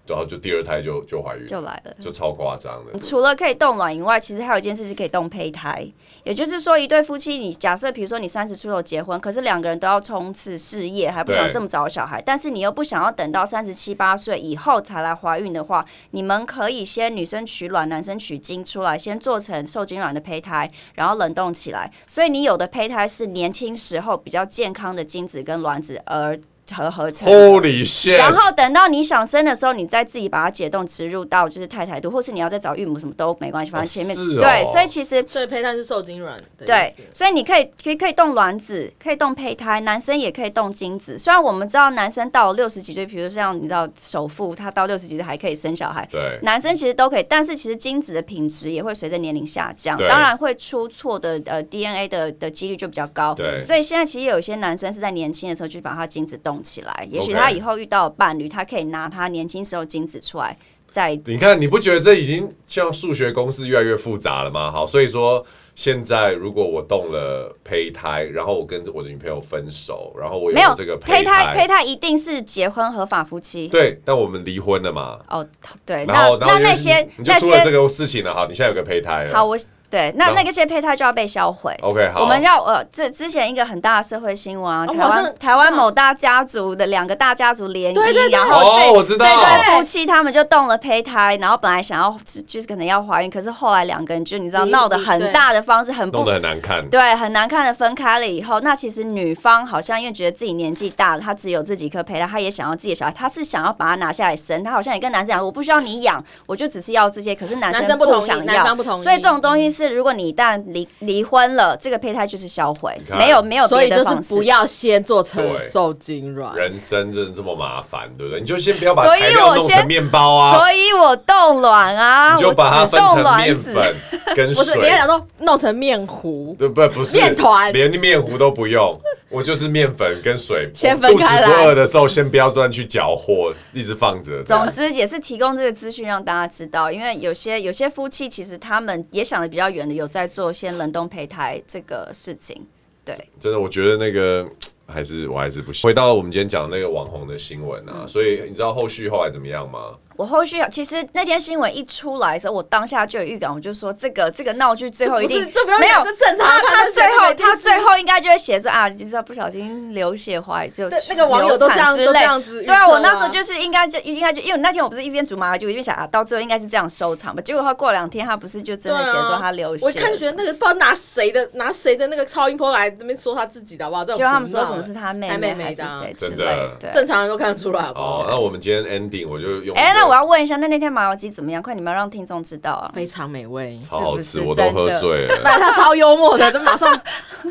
Speaker 1: 然后就第二胎就就怀孕，
Speaker 2: 就来了。嗯
Speaker 1: 就超夸张的。
Speaker 2: 除了可以冻卵以外，其实还有一件事是可以冻胚胎。也就是说，一对夫妻，你假设比如说你三十出头结婚，可是两个人都要冲刺事业，还不想
Speaker 1: 对
Speaker 2: 这么早有小孩，但是你又不想要等到三十七八岁以后才来怀孕的话，你们可以先女生取卵，男生取精出来，先做成受精卵的胚胎，然后冷冻起来。所以你有的胚胎是年轻时候比较健康的精子跟卵子而合合成的。
Speaker 1: Holy shit！
Speaker 2: 然后等到你想生的时候，你再自己把它解冻植入到就是太太肚，或是你要再找孕母什么都没关系，反正前面、
Speaker 1: 哦是哦
Speaker 2: 对，所以其实
Speaker 3: 所以胚胎是受精卵的
Speaker 2: 对
Speaker 3: 意思，
Speaker 2: 所以你可以可以可以动卵子，可以动胚胎，男生也可以动精子。虽然我们知道男生到六十几岁，比如像你知道首富，他到六十几岁还可以生小孩。
Speaker 1: 对，
Speaker 2: 男生其实都可以，但是其实精子的品质也会随着年龄下降，
Speaker 1: 对
Speaker 2: 当然会出错的呃 DNA 的的几率就比较高。
Speaker 1: 对
Speaker 2: 所以现在其实有一些男生是在年轻的时候就把他精子冻起来，也许
Speaker 1: OK
Speaker 2: 他以后遇到伴侣，他可以拿他年轻时候精子出来再。
Speaker 1: 你看，你不觉得这已经像数学公式越来越复杂了吗？好，所以说现在如果我动了胚胎，然后我跟我的女朋友分手，然后我
Speaker 2: 没有
Speaker 1: 这个
Speaker 2: 胚
Speaker 1: 胎，
Speaker 2: 胚胎一定是结婚合法夫妻。
Speaker 1: 对，但我们离婚了嘛？
Speaker 2: 哦，对，
Speaker 1: 然
Speaker 2: 那
Speaker 1: 后，然后
Speaker 2: 那那
Speaker 1: 就
Speaker 2: 些
Speaker 1: 你就
Speaker 2: 那
Speaker 1: 出了
Speaker 2: 些
Speaker 1: 这个事情了，好，你现在有个胚胎了，
Speaker 2: 好，我对那
Speaker 1: 然后
Speaker 2: 那个些胚胎就要被销毁。
Speaker 1: ，OK，好，
Speaker 2: 我们要呃，这之前一个很大的社会新闻啊，
Speaker 3: 哦
Speaker 2: 台
Speaker 3: 我好像
Speaker 2: 湾台湾
Speaker 3: 知道
Speaker 2: 某大家族的两个大家族联
Speaker 3: 对对
Speaker 2: 姻，
Speaker 3: 对
Speaker 2: 然后
Speaker 1: 哦，
Speaker 2: 这
Speaker 1: 我知
Speaker 2: 这
Speaker 1: 道，
Speaker 2: 对夫妻他们就动了胚胎，然后本来想要就是可能要怀孕，可是后来两个人就你知道
Speaker 3: 离
Speaker 2: 闹得
Speaker 3: 离
Speaker 2: 很
Speaker 3: 对
Speaker 2: 大的方式，很
Speaker 1: 弄
Speaker 2: 不
Speaker 1: 得很难看，
Speaker 2: 对，很难看的分开了以后，那其实女方好像因为觉得自己年纪大了，她只有自己一颗胚胎，她也想要自己的小孩，她是想要把它拿下来生，她好像也跟男生讲，我不需要你养，我就只是要这些，可是男
Speaker 3: 男生不同
Speaker 2: 不
Speaker 3: 意
Speaker 2: 想
Speaker 3: 男
Speaker 2: 要
Speaker 3: 方不同，意
Speaker 2: 所以这种东西是，如果你一旦离离婚了，这个胚胎就是销毁
Speaker 1: 你，看
Speaker 2: 没有没有
Speaker 3: 所
Speaker 2: 别
Speaker 3: 以
Speaker 2: 的
Speaker 3: 就
Speaker 2: 方
Speaker 3: 是不
Speaker 2: 式。
Speaker 3: 要先做成
Speaker 1: 对
Speaker 3: 受精卵。
Speaker 1: 人生真的这么麻烦，对不对？你就先不要把
Speaker 2: 所以
Speaker 1: 材料
Speaker 2: 我
Speaker 1: 弄
Speaker 2: 先
Speaker 1: 成面包啊，
Speaker 2: 所以我冻卵啊，
Speaker 1: 你就
Speaker 2: 我
Speaker 1: 把它
Speaker 2: 只
Speaker 1: 分
Speaker 2: 冻
Speaker 1: 成
Speaker 2: 卵
Speaker 1: 面
Speaker 2: 子。
Speaker 1: 粉 跟
Speaker 3: 不是，你
Speaker 1: 水
Speaker 3: 还，想说弄成面糊？
Speaker 1: 对呃不不是
Speaker 3: 面团
Speaker 1: 连面糊都不用，我就是面粉跟水。
Speaker 3: 先分开
Speaker 1: 我
Speaker 3: 来
Speaker 1: 肚子不饿的时候，先不要乱去搅和，一直放着。这样
Speaker 2: 总之也是提供这个资讯让大家知道，因为有些有些夫妻其实他们也想的比较远的，有在做先冷冻胚胎这个事情。对，
Speaker 1: 真的，我觉得那个还
Speaker 2: 嗯
Speaker 1: 是我还是不行。回到我们今天讲的那个网红的新闻啊，所以你知道后续后来怎么样吗？
Speaker 2: 我后续其实那天新闻一出来的时候，我当下就有预感，我就说这个这个闹剧最后一定
Speaker 3: 这不是这不要
Speaker 2: 没有
Speaker 3: 讲这正常
Speaker 2: 他
Speaker 3: 判断
Speaker 2: 他最
Speaker 3: 结果
Speaker 2: 后
Speaker 3: 一定是
Speaker 2: 他最后应该就会写着啊，你就是不小心流血怀就
Speaker 3: 对那个网友都这样
Speaker 2: 流产之类
Speaker 3: 都这样子预测
Speaker 2: 对
Speaker 3: 啊
Speaker 2: 啊，我那时候就是应该就应该就因为那天我不是一边煮麻辣就一边想啊，到最后应该是这样收场吧。结果他过两天他不是就真的写说他流血
Speaker 3: 啊我
Speaker 2: 了
Speaker 3: 一看就觉得那个不知道拿谁的拿谁的那个超音波来那边说他自己的好不好？这种
Speaker 2: 结果他们
Speaker 3: 胡闹
Speaker 2: 说什么是他妹
Speaker 3: 他妹妹
Speaker 2: 还是
Speaker 3: 的啊
Speaker 2: 谁之
Speaker 1: 真
Speaker 2: 类
Speaker 1: 的
Speaker 2: 对
Speaker 3: 正常人都看得出来好不
Speaker 1: 哦
Speaker 3: 好，？
Speaker 1: 那我们今天 ending 我就用
Speaker 2: 嗯哎、
Speaker 1: 一个
Speaker 2: 那我要问一下，那那天麻油鸡怎么样？快，你们要让听众知道啊！
Speaker 3: 非常美味。
Speaker 1: 超好吃，
Speaker 2: 是不是
Speaker 1: 我都喝
Speaker 2: 真的
Speaker 1: 醉了。
Speaker 3: 不然他超幽默的，这马上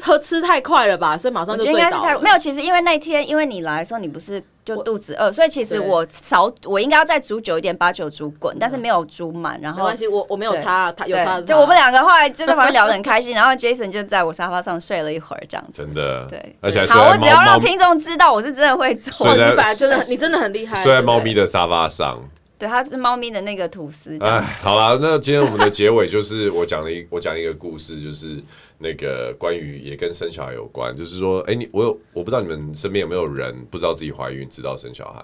Speaker 3: 喝吃太快 了吧，所以马上
Speaker 2: 我
Speaker 3: 就
Speaker 2: 觉得
Speaker 3: 醉
Speaker 2: 应该是
Speaker 3: 倒
Speaker 2: 太
Speaker 3: 了。
Speaker 2: 没有，其实因为那天因为你来的时候，你不是就
Speaker 3: 我
Speaker 2: 肚子饿，所以其实
Speaker 3: 对嗯
Speaker 2: 我少我应该要再煮久一点，把酒煮滚，但是没有煮满，然
Speaker 3: 没
Speaker 2: 后
Speaker 3: 关。系，我我没有
Speaker 2: 对
Speaker 3: 差啊，他有差
Speaker 2: 对，
Speaker 3: 的。
Speaker 2: 就我们两个后来就在旁边聊得很开心，然后 Jason 就在我沙发上睡了一会儿，这样子。
Speaker 1: 真的，
Speaker 2: 对
Speaker 1: 而且还睡
Speaker 2: 好，我
Speaker 1: 在
Speaker 2: 只要
Speaker 1: 猫
Speaker 2: 让
Speaker 1: 猫，
Speaker 2: 听众知道我是真的会
Speaker 1: 睡
Speaker 2: 做
Speaker 3: 哇，你
Speaker 1: 在
Speaker 2: 的，
Speaker 3: 本来真的你真的很厉害，
Speaker 1: 睡在
Speaker 3: 对不对
Speaker 1: 猫咪的沙发上。
Speaker 2: 对，它是猫咪的那个吐司这样。
Speaker 1: 哎，好啦，那今天我们的结尾就是我讲了一 我讲一个故事，就是那个关于也跟生小孩有关，就是说，哎、你我有我不知道你们身边有没有人不知道自己怀孕，直到生小孩，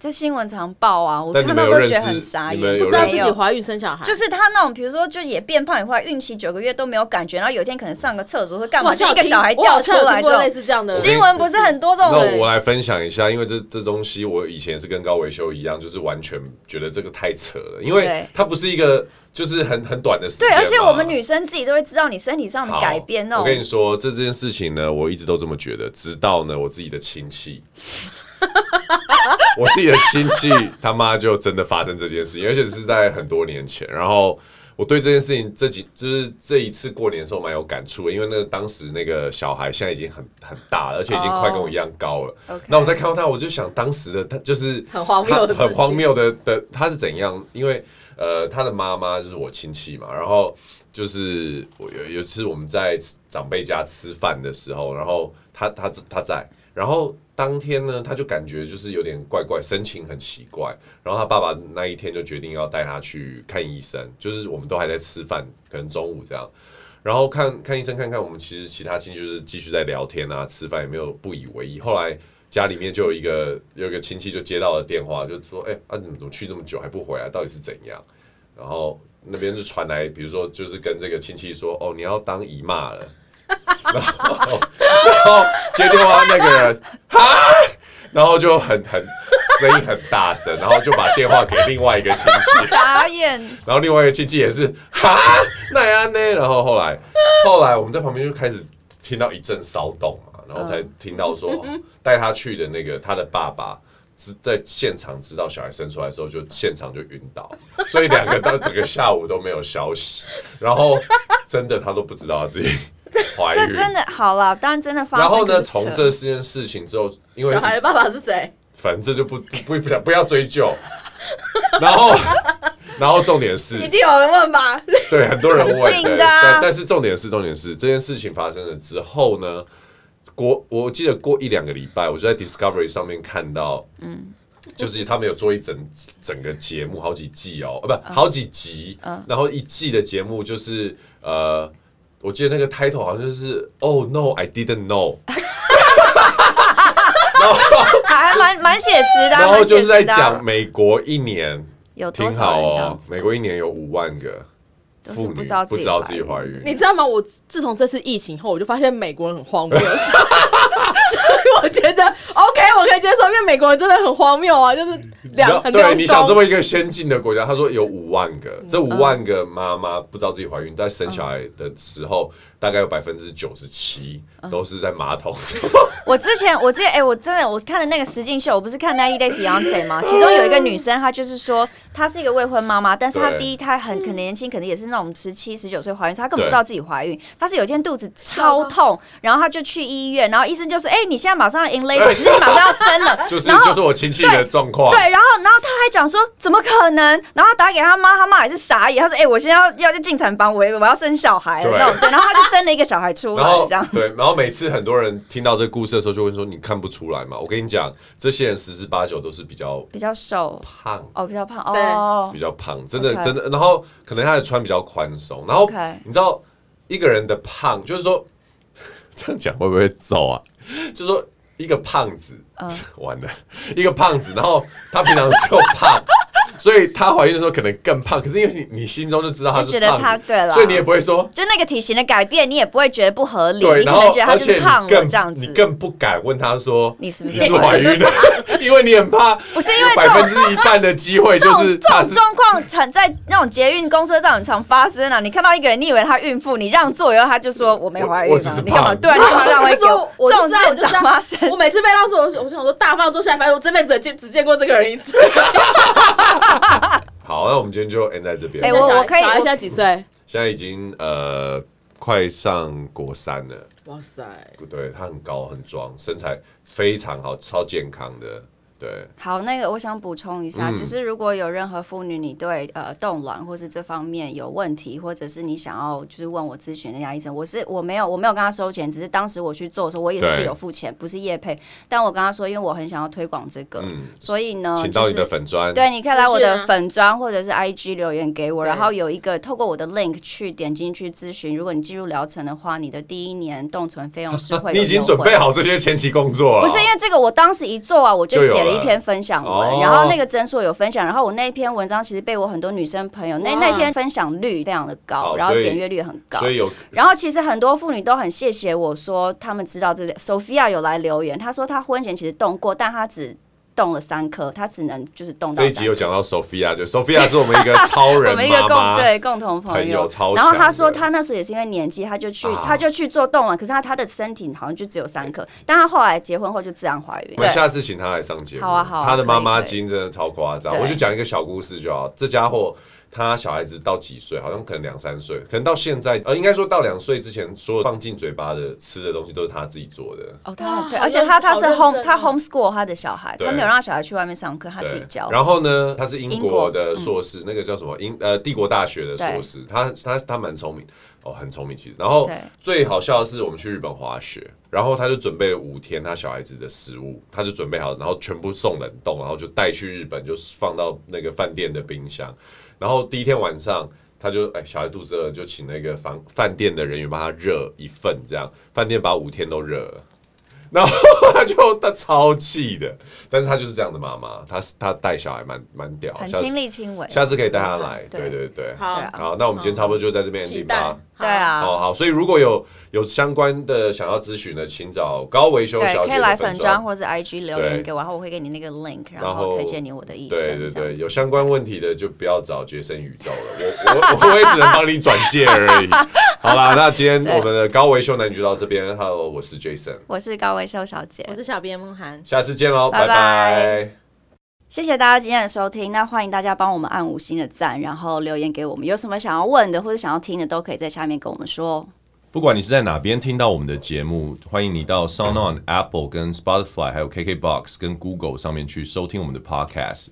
Speaker 2: 这新闻常报啊，我
Speaker 1: 但
Speaker 2: 看
Speaker 1: 你们
Speaker 2: 到
Speaker 1: 有
Speaker 2: 都
Speaker 1: 认
Speaker 2: 觉得
Speaker 1: 识
Speaker 2: 很傻
Speaker 1: 你
Speaker 2: 眼，
Speaker 1: 们有
Speaker 3: 不知道自
Speaker 2: 没
Speaker 3: 己
Speaker 2: 有
Speaker 3: 怀孕生小孩，
Speaker 2: 就是他那种，比如说，就也变胖以后，孕期九个月都没有感觉，然后有一天可能上个厕所或干
Speaker 3: 我
Speaker 2: 嘛，
Speaker 3: 好
Speaker 2: 就
Speaker 3: 像
Speaker 2: 一
Speaker 3: 有
Speaker 2: 个
Speaker 3: 听
Speaker 2: 小孩
Speaker 3: 我好
Speaker 2: 掉出
Speaker 3: 像有
Speaker 2: 来这
Speaker 3: 听过类
Speaker 2: 种。
Speaker 3: 似这样的
Speaker 1: 新
Speaker 2: 新闻不欸是很多这
Speaker 1: 那
Speaker 2: 种，
Speaker 1: 我来分享一下，因为这这东西我以前是跟高维修一样，就是完全觉得这个太扯了，因为
Speaker 2: 对
Speaker 1: 它不是一个就是很很短的时间
Speaker 2: 对，
Speaker 1: 嘛，
Speaker 2: 而且我们女生自己都会知道你身体上的
Speaker 1: 好
Speaker 2: 改哦变那
Speaker 1: 我跟你
Speaker 2: 种。
Speaker 1: 说，这件事情呢，我一直都这么觉得，直到呢我自己的亲戚。 我自己的亲戚他妈就真的发生这件事情，而且是在很多年前。然后我对这件事情这几就是这一次过年的时候蛮有感触的，因为那个当时那个小孩现在已经很很大了，而且已经快跟我一样高了。
Speaker 2: 哦 OK
Speaker 1: 那我再看到他，我就想当时的他就是
Speaker 3: 很荒谬的
Speaker 1: 他很
Speaker 3: 事
Speaker 1: 荒
Speaker 3: 情
Speaker 1: 谬的的他是怎样？因为呃，他的妈妈就是我亲戚嘛，然后就是我有有一次我们在长辈家吃饭的时候，然后他他他在，然后当天呢，他就感觉就是有点怪怪，神情很奇怪，然后他爸爸那一天就决定要带他去看医生，就是我们都还在吃饭，可能中午这样。然后看看医生，看看我们其实其他亲戚就是继续在聊天啊，吃饭也没有不以为意。后来家里面就有一个有一个亲戚就接到了电话，就说：“哎、啊，你们怎么去这么久还不回啊来？到底是怎样？”然后那边就传来，比如说就是跟这个亲戚说：“哦，你要当姨妈了。” 然后然后接电话那个人啊，然后就很很声音很大声，然后就把电话给另外一个亲戚。
Speaker 2: 傻 眼，
Speaker 1: 然后另外一个亲戚也是 哈奈安呢，然后后来 后来我们在旁边就开始听到一阵骚动嘛，然后才听到说哦带他去的那个他的爸爸。知在现场知道小孩生出来的时候，就现场就晕倒，所以两个到整个下午都没有消息。然后真的他都不知道他自己怀
Speaker 2: 这
Speaker 1: 孕。
Speaker 2: 真的好了，当然真的发生。
Speaker 1: 然后
Speaker 2: 可
Speaker 1: 呢，
Speaker 2: 是
Speaker 1: 从
Speaker 2: 扯
Speaker 1: 这件事情之后，因为
Speaker 3: 小孩的爸爸是谁？
Speaker 1: 反正这就不不不想不要追究。然后 然后重点是
Speaker 3: 一定有人问吧？
Speaker 1: 对，很多人问，
Speaker 2: 肯
Speaker 1: 对，
Speaker 2: 定的啊
Speaker 1: 但但是重点是，重点是这件事情发生了之后呢，过我记得过一两个礼拜，我就在 Discovery 上面看到，嗯，就是他们有做一整整个节目，好几季哦，啊，
Speaker 2: 嗯
Speaker 1: 不，好几集，然后一季的节目就是呃，我记得那个 title 好像就是 Oh no, I didn't know。
Speaker 2: 还蛮蛮写实的啊，
Speaker 1: 然后
Speaker 2: 蛮
Speaker 1: 就
Speaker 2: 写
Speaker 1: 是
Speaker 2: 实
Speaker 1: 在
Speaker 2: 的啊
Speaker 1: 讲美国一年
Speaker 2: 有多
Speaker 1: 挺
Speaker 2: 少
Speaker 1: 好
Speaker 2: 人这样
Speaker 1: 哦
Speaker 2: 子，
Speaker 1: 美国一年有五万个
Speaker 2: 都是
Speaker 1: 妇
Speaker 2: 不
Speaker 1: 女
Speaker 2: 知道
Speaker 1: 不
Speaker 2: 自己
Speaker 1: 知道自己
Speaker 2: 怀
Speaker 1: 怀
Speaker 2: 孕
Speaker 1: 孕，
Speaker 3: 你知道吗？我自从这次疫情后，我就发现美国人很荒 谬，所以我觉得 OK，我可以接受，因为美国人真的很荒谬啊，就是两很
Speaker 1: 对，
Speaker 3: 两
Speaker 1: 你想这么一个先进的国家，他说有五万个，
Speaker 2: 嗯
Speaker 1: 这五万个妈妈不知道自己怀孕，在生小孩的时候，
Speaker 2: 嗯
Speaker 1: 大概有百分之九十七都是在马桶上。
Speaker 2: 我之前，我之前，哎、我真的，我看了那个实境秀，我不是看《Ninety Day Fiance》吗？其中有一个女生，她就是说，她是一个未婚妈妈，但是她
Speaker 1: 对
Speaker 2: 第一胎很可能年轻，可能也是那种十七、十九岁怀孕，她根本
Speaker 1: 对
Speaker 2: 不知道自己怀孕。她是有一天肚子超痛，然后她就去医院，然后医生就说：“哎、你现在马上 in labor，就是你马上要生了。
Speaker 1: 就是
Speaker 2: 然后
Speaker 1: 就是我亲戚的状况，
Speaker 2: 对，然后然后他还讲说怎么可能？然后他打给他妈，他妈也是傻眼，他说：“哎、我现在要要去进产房，我我要生小孩了
Speaker 1: 对
Speaker 2: 那种。”对，然后他就生了一个小孩出来
Speaker 1: 然，后
Speaker 2: 这样。
Speaker 1: 对，然后每次很多人听到这个故事的时候，就会说你看不出来嘛？我跟你讲，这些人十之八九都是比较
Speaker 2: 比较瘦
Speaker 1: 胖。
Speaker 2: 哦，比较胖
Speaker 3: 对
Speaker 2: 哦
Speaker 1: 比。较胖，真的
Speaker 2: OK
Speaker 1: 真的。然后可能他的穿比较宽松，然后
Speaker 2: OK
Speaker 1: 你知道一个人的胖，就是说 这样讲会不会揍啊？ 就是说
Speaker 2: 嗯
Speaker 1: 一个胖子，完了，一个胖子，然后他平常就胖， 所以她怀孕的时候可能更胖，可是因为你你心中就知道她
Speaker 2: 就是觉得
Speaker 1: 胖
Speaker 2: 他
Speaker 1: 子
Speaker 2: 对了，
Speaker 1: 所以你也不会说
Speaker 2: 就那个体型的改变，你也不会觉得不合理，
Speaker 1: 对，
Speaker 2: 你可
Speaker 1: 然后
Speaker 2: 能觉得他
Speaker 1: 而
Speaker 2: 就
Speaker 1: 且
Speaker 2: 是
Speaker 1: 你
Speaker 2: 胖了
Speaker 1: 更
Speaker 2: 这样子。
Speaker 1: 你更不敢问她说
Speaker 2: 你是不
Speaker 1: 你
Speaker 2: 是
Speaker 1: 是怀孕了， 因为你很怕，
Speaker 2: 不是因为这
Speaker 1: 百
Speaker 2: 种
Speaker 1: 分之一半的机会
Speaker 2: 这
Speaker 1: 就
Speaker 2: 种
Speaker 1: 是
Speaker 2: 这
Speaker 1: 她
Speaker 2: 种
Speaker 1: 是
Speaker 2: 状况产在那种捷运、公车上很常发生啊！你看到一个人，你以为他孕妇，你让座以后，他就说我没怀孕
Speaker 1: 我我
Speaker 2: 嘛
Speaker 1: 只是，
Speaker 2: 你干嘛？
Speaker 1: 胖
Speaker 2: 对，啊你干嘛让位给我？
Speaker 3: 我
Speaker 2: 这
Speaker 3: 就
Speaker 2: 种
Speaker 3: 知
Speaker 2: 事
Speaker 3: 道，我
Speaker 2: 很
Speaker 3: 就知
Speaker 2: 常
Speaker 3: 道
Speaker 2: 发生。
Speaker 3: 我每次被让座，我我想说大放坐下来，反正我这辈子只见只见过这个人一次。
Speaker 1: 好，那我们今天就 end 在这边。
Speaker 2: 哎我我可以
Speaker 3: 小孩
Speaker 2: 我
Speaker 3: 现在几岁？
Speaker 1: 现在已经呃快上国三了，
Speaker 3: 哇塞！
Speaker 1: 对她很高很壮，身材非常好，超健康的，对。
Speaker 2: 好，那个我想补充一下，
Speaker 1: 嗯
Speaker 2: 就是如果有任何妇女你对呃冻卵或是这方面有问题，或者是你想要就是问我咨询那家医生，我是我没有我没有跟他收钱，只是当时我去做的时候，我也
Speaker 1: 对
Speaker 2: 是有付钱，不是业配，但我跟他说，因为我很想要推广这个，
Speaker 1: 嗯，
Speaker 2: 所以呢，
Speaker 1: 请
Speaker 2: 哦就
Speaker 1: 到你
Speaker 2: 是
Speaker 1: 的粉砖，
Speaker 2: 对，你可以来我
Speaker 3: 私讯
Speaker 2: 的
Speaker 3: 啊
Speaker 2: 粉砖或者是 IG 留言给我，
Speaker 3: 对
Speaker 2: 然后有一个透过我的 link 去点进去咨询。如果你进入疗程的话，你的第一年冻存费用是 会
Speaker 1: 你
Speaker 2: 有
Speaker 1: 已经
Speaker 2: 优
Speaker 1: 准
Speaker 2: 惠
Speaker 1: 备。好这些前期工作了。
Speaker 2: 不是因为这个，我当时一做啊，我就
Speaker 1: 就有
Speaker 2: 写了
Speaker 1: 了
Speaker 2: 一篇分享
Speaker 1: 哦
Speaker 2: 文，然后那个诊所有分享，然后我那篇文章其实被我很多女生朋友，那
Speaker 3: 哇
Speaker 2: 那篇分享率非常的
Speaker 1: 啊好
Speaker 2: 高，然后
Speaker 1: 所以
Speaker 2: 点阅率也很高，
Speaker 1: 所以有
Speaker 2: 然后其实很多妇女都很谢谢我说，他们知道这些。Sophia 有来留言，她说她婚前其实动过，但她只动了三颗，她只能就是动到
Speaker 1: 这一
Speaker 2: 三
Speaker 1: 集
Speaker 2: 颗。
Speaker 1: 有讲到 Sophia，就 Sophia 是我们一个超
Speaker 2: 我
Speaker 1: 人
Speaker 2: 们一个
Speaker 1: 妈
Speaker 2: 共
Speaker 1: 妈，
Speaker 2: 对共同朋
Speaker 1: 朋友超
Speaker 2: 然后他
Speaker 1: 强
Speaker 2: 说
Speaker 1: 的
Speaker 2: 他那时候也是因为年纪，他就去、
Speaker 1: 啊
Speaker 2: 他就去做冻卵，可是他他的身体好像就只有三颗，但他后来结婚后就自然怀孕。
Speaker 1: 我们
Speaker 2: 对，
Speaker 1: 下次请他来上节目。
Speaker 2: 好啊好啊
Speaker 1: 他的妈妈
Speaker 2: 可以可以
Speaker 1: 经真的超夸张，
Speaker 2: 对
Speaker 1: 我就讲一个小故事就好。这家伙他小孩子到几岁？好像可能两三岁，可能到现在呃，应该说到两岁之前，所有放进嘴巴的吃的东西都是他自己做的。
Speaker 2: 哦，
Speaker 3: 哇
Speaker 2: 他很对，
Speaker 3: 好
Speaker 2: 而且
Speaker 3: 认
Speaker 2: 他他
Speaker 3: 好
Speaker 2: 是
Speaker 3: 认
Speaker 2: home
Speaker 3: 真
Speaker 2: 他
Speaker 3: 哦
Speaker 2: homeschool 他的小孩，
Speaker 1: 对
Speaker 2: 他没有让小孩去外面上课，他自己教。
Speaker 1: 然后呢，他是英
Speaker 2: 英
Speaker 1: 国
Speaker 2: 国嗯
Speaker 1: 的硕士，那个叫什么英呃帝国大学的硕士，他他他蛮聪明哦，很聪明其实。然后
Speaker 2: 对
Speaker 1: 最好笑的是，我们去日本滑雪，然后他就准备了五天他小孩子的食物，他就准备好，然后全部送冷冻，然后就带去日本，就放到那个饭店的冰箱。然后第一天晚上。他就哎，小孩肚子饿，就请那个房饭店的人员帮他热一份，这样饭店把五天都热了， 然后他就他超气的，但是他就是这样的妈妈，他他带小孩蛮蛮屌，
Speaker 2: 很
Speaker 1: 下次
Speaker 2: 亲力亲为，
Speaker 1: 下次可以带他来，
Speaker 2: 对
Speaker 1: 对对对，
Speaker 3: 好
Speaker 2: 对啊
Speaker 1: 好，那我们今天差不多就在这边
Speaker 3: 期
Speaker 1: ending
Speaker 3: 待
Speaker 1: 吧。。
Speaker 2: 对
Speaker 1: 哦，
Speaker 2: 啊，
Speaker 1: 好，所以如果有有相关的想要咨询的，请找高维修
Speaker 2: 对
Speaker 1: 小，姐
Speaker 2: 可以来
Speaker 1: 的
Speaker 2: 粉
Speaker 1: 粉
Speaker 2: 砖
Speaker 1: 砖。
Speaker 2: 或是 IG 留
Speaker 1: 对
Speaker 2: 言给我，然后我会给你那个 link，
Speaker 1: 然
Speaker 2: 然
Speaker 1: 后
Speaker 2: 后推荐你我的医生。
Speaker 1: 对对
Speaker 2: 这样
Speaker 1: 对，
Speaker 2: 子
Speaker 1: 有相关问题的就不要找绝生宇宙了， 我我我我也只能帮你转介而 已。好啦，那今天我们的高维修男女就到这边，Hello，我是 Jason，
Speaker 2: 我是高维修小姐，
Speaker 3: 我是小编梦涵。
Speaker 1: 下次见喽，
Speaker 2: 拜拜
Speaker 1: 拜
Speaker 2: 谢谢大家今天的收听，那欢迎大家帮我们按五星的赞，然后留言给我们，有什么想要问的或者想要听的，都可以在下面跟我们说哦。
Speaker 1: 不管你是在哪边听到我们的节目，欢迎你到 SoundOn、Apple、跟 Spotify、还有 KKBox、跟 Google 上面去收听我们的 Podcast。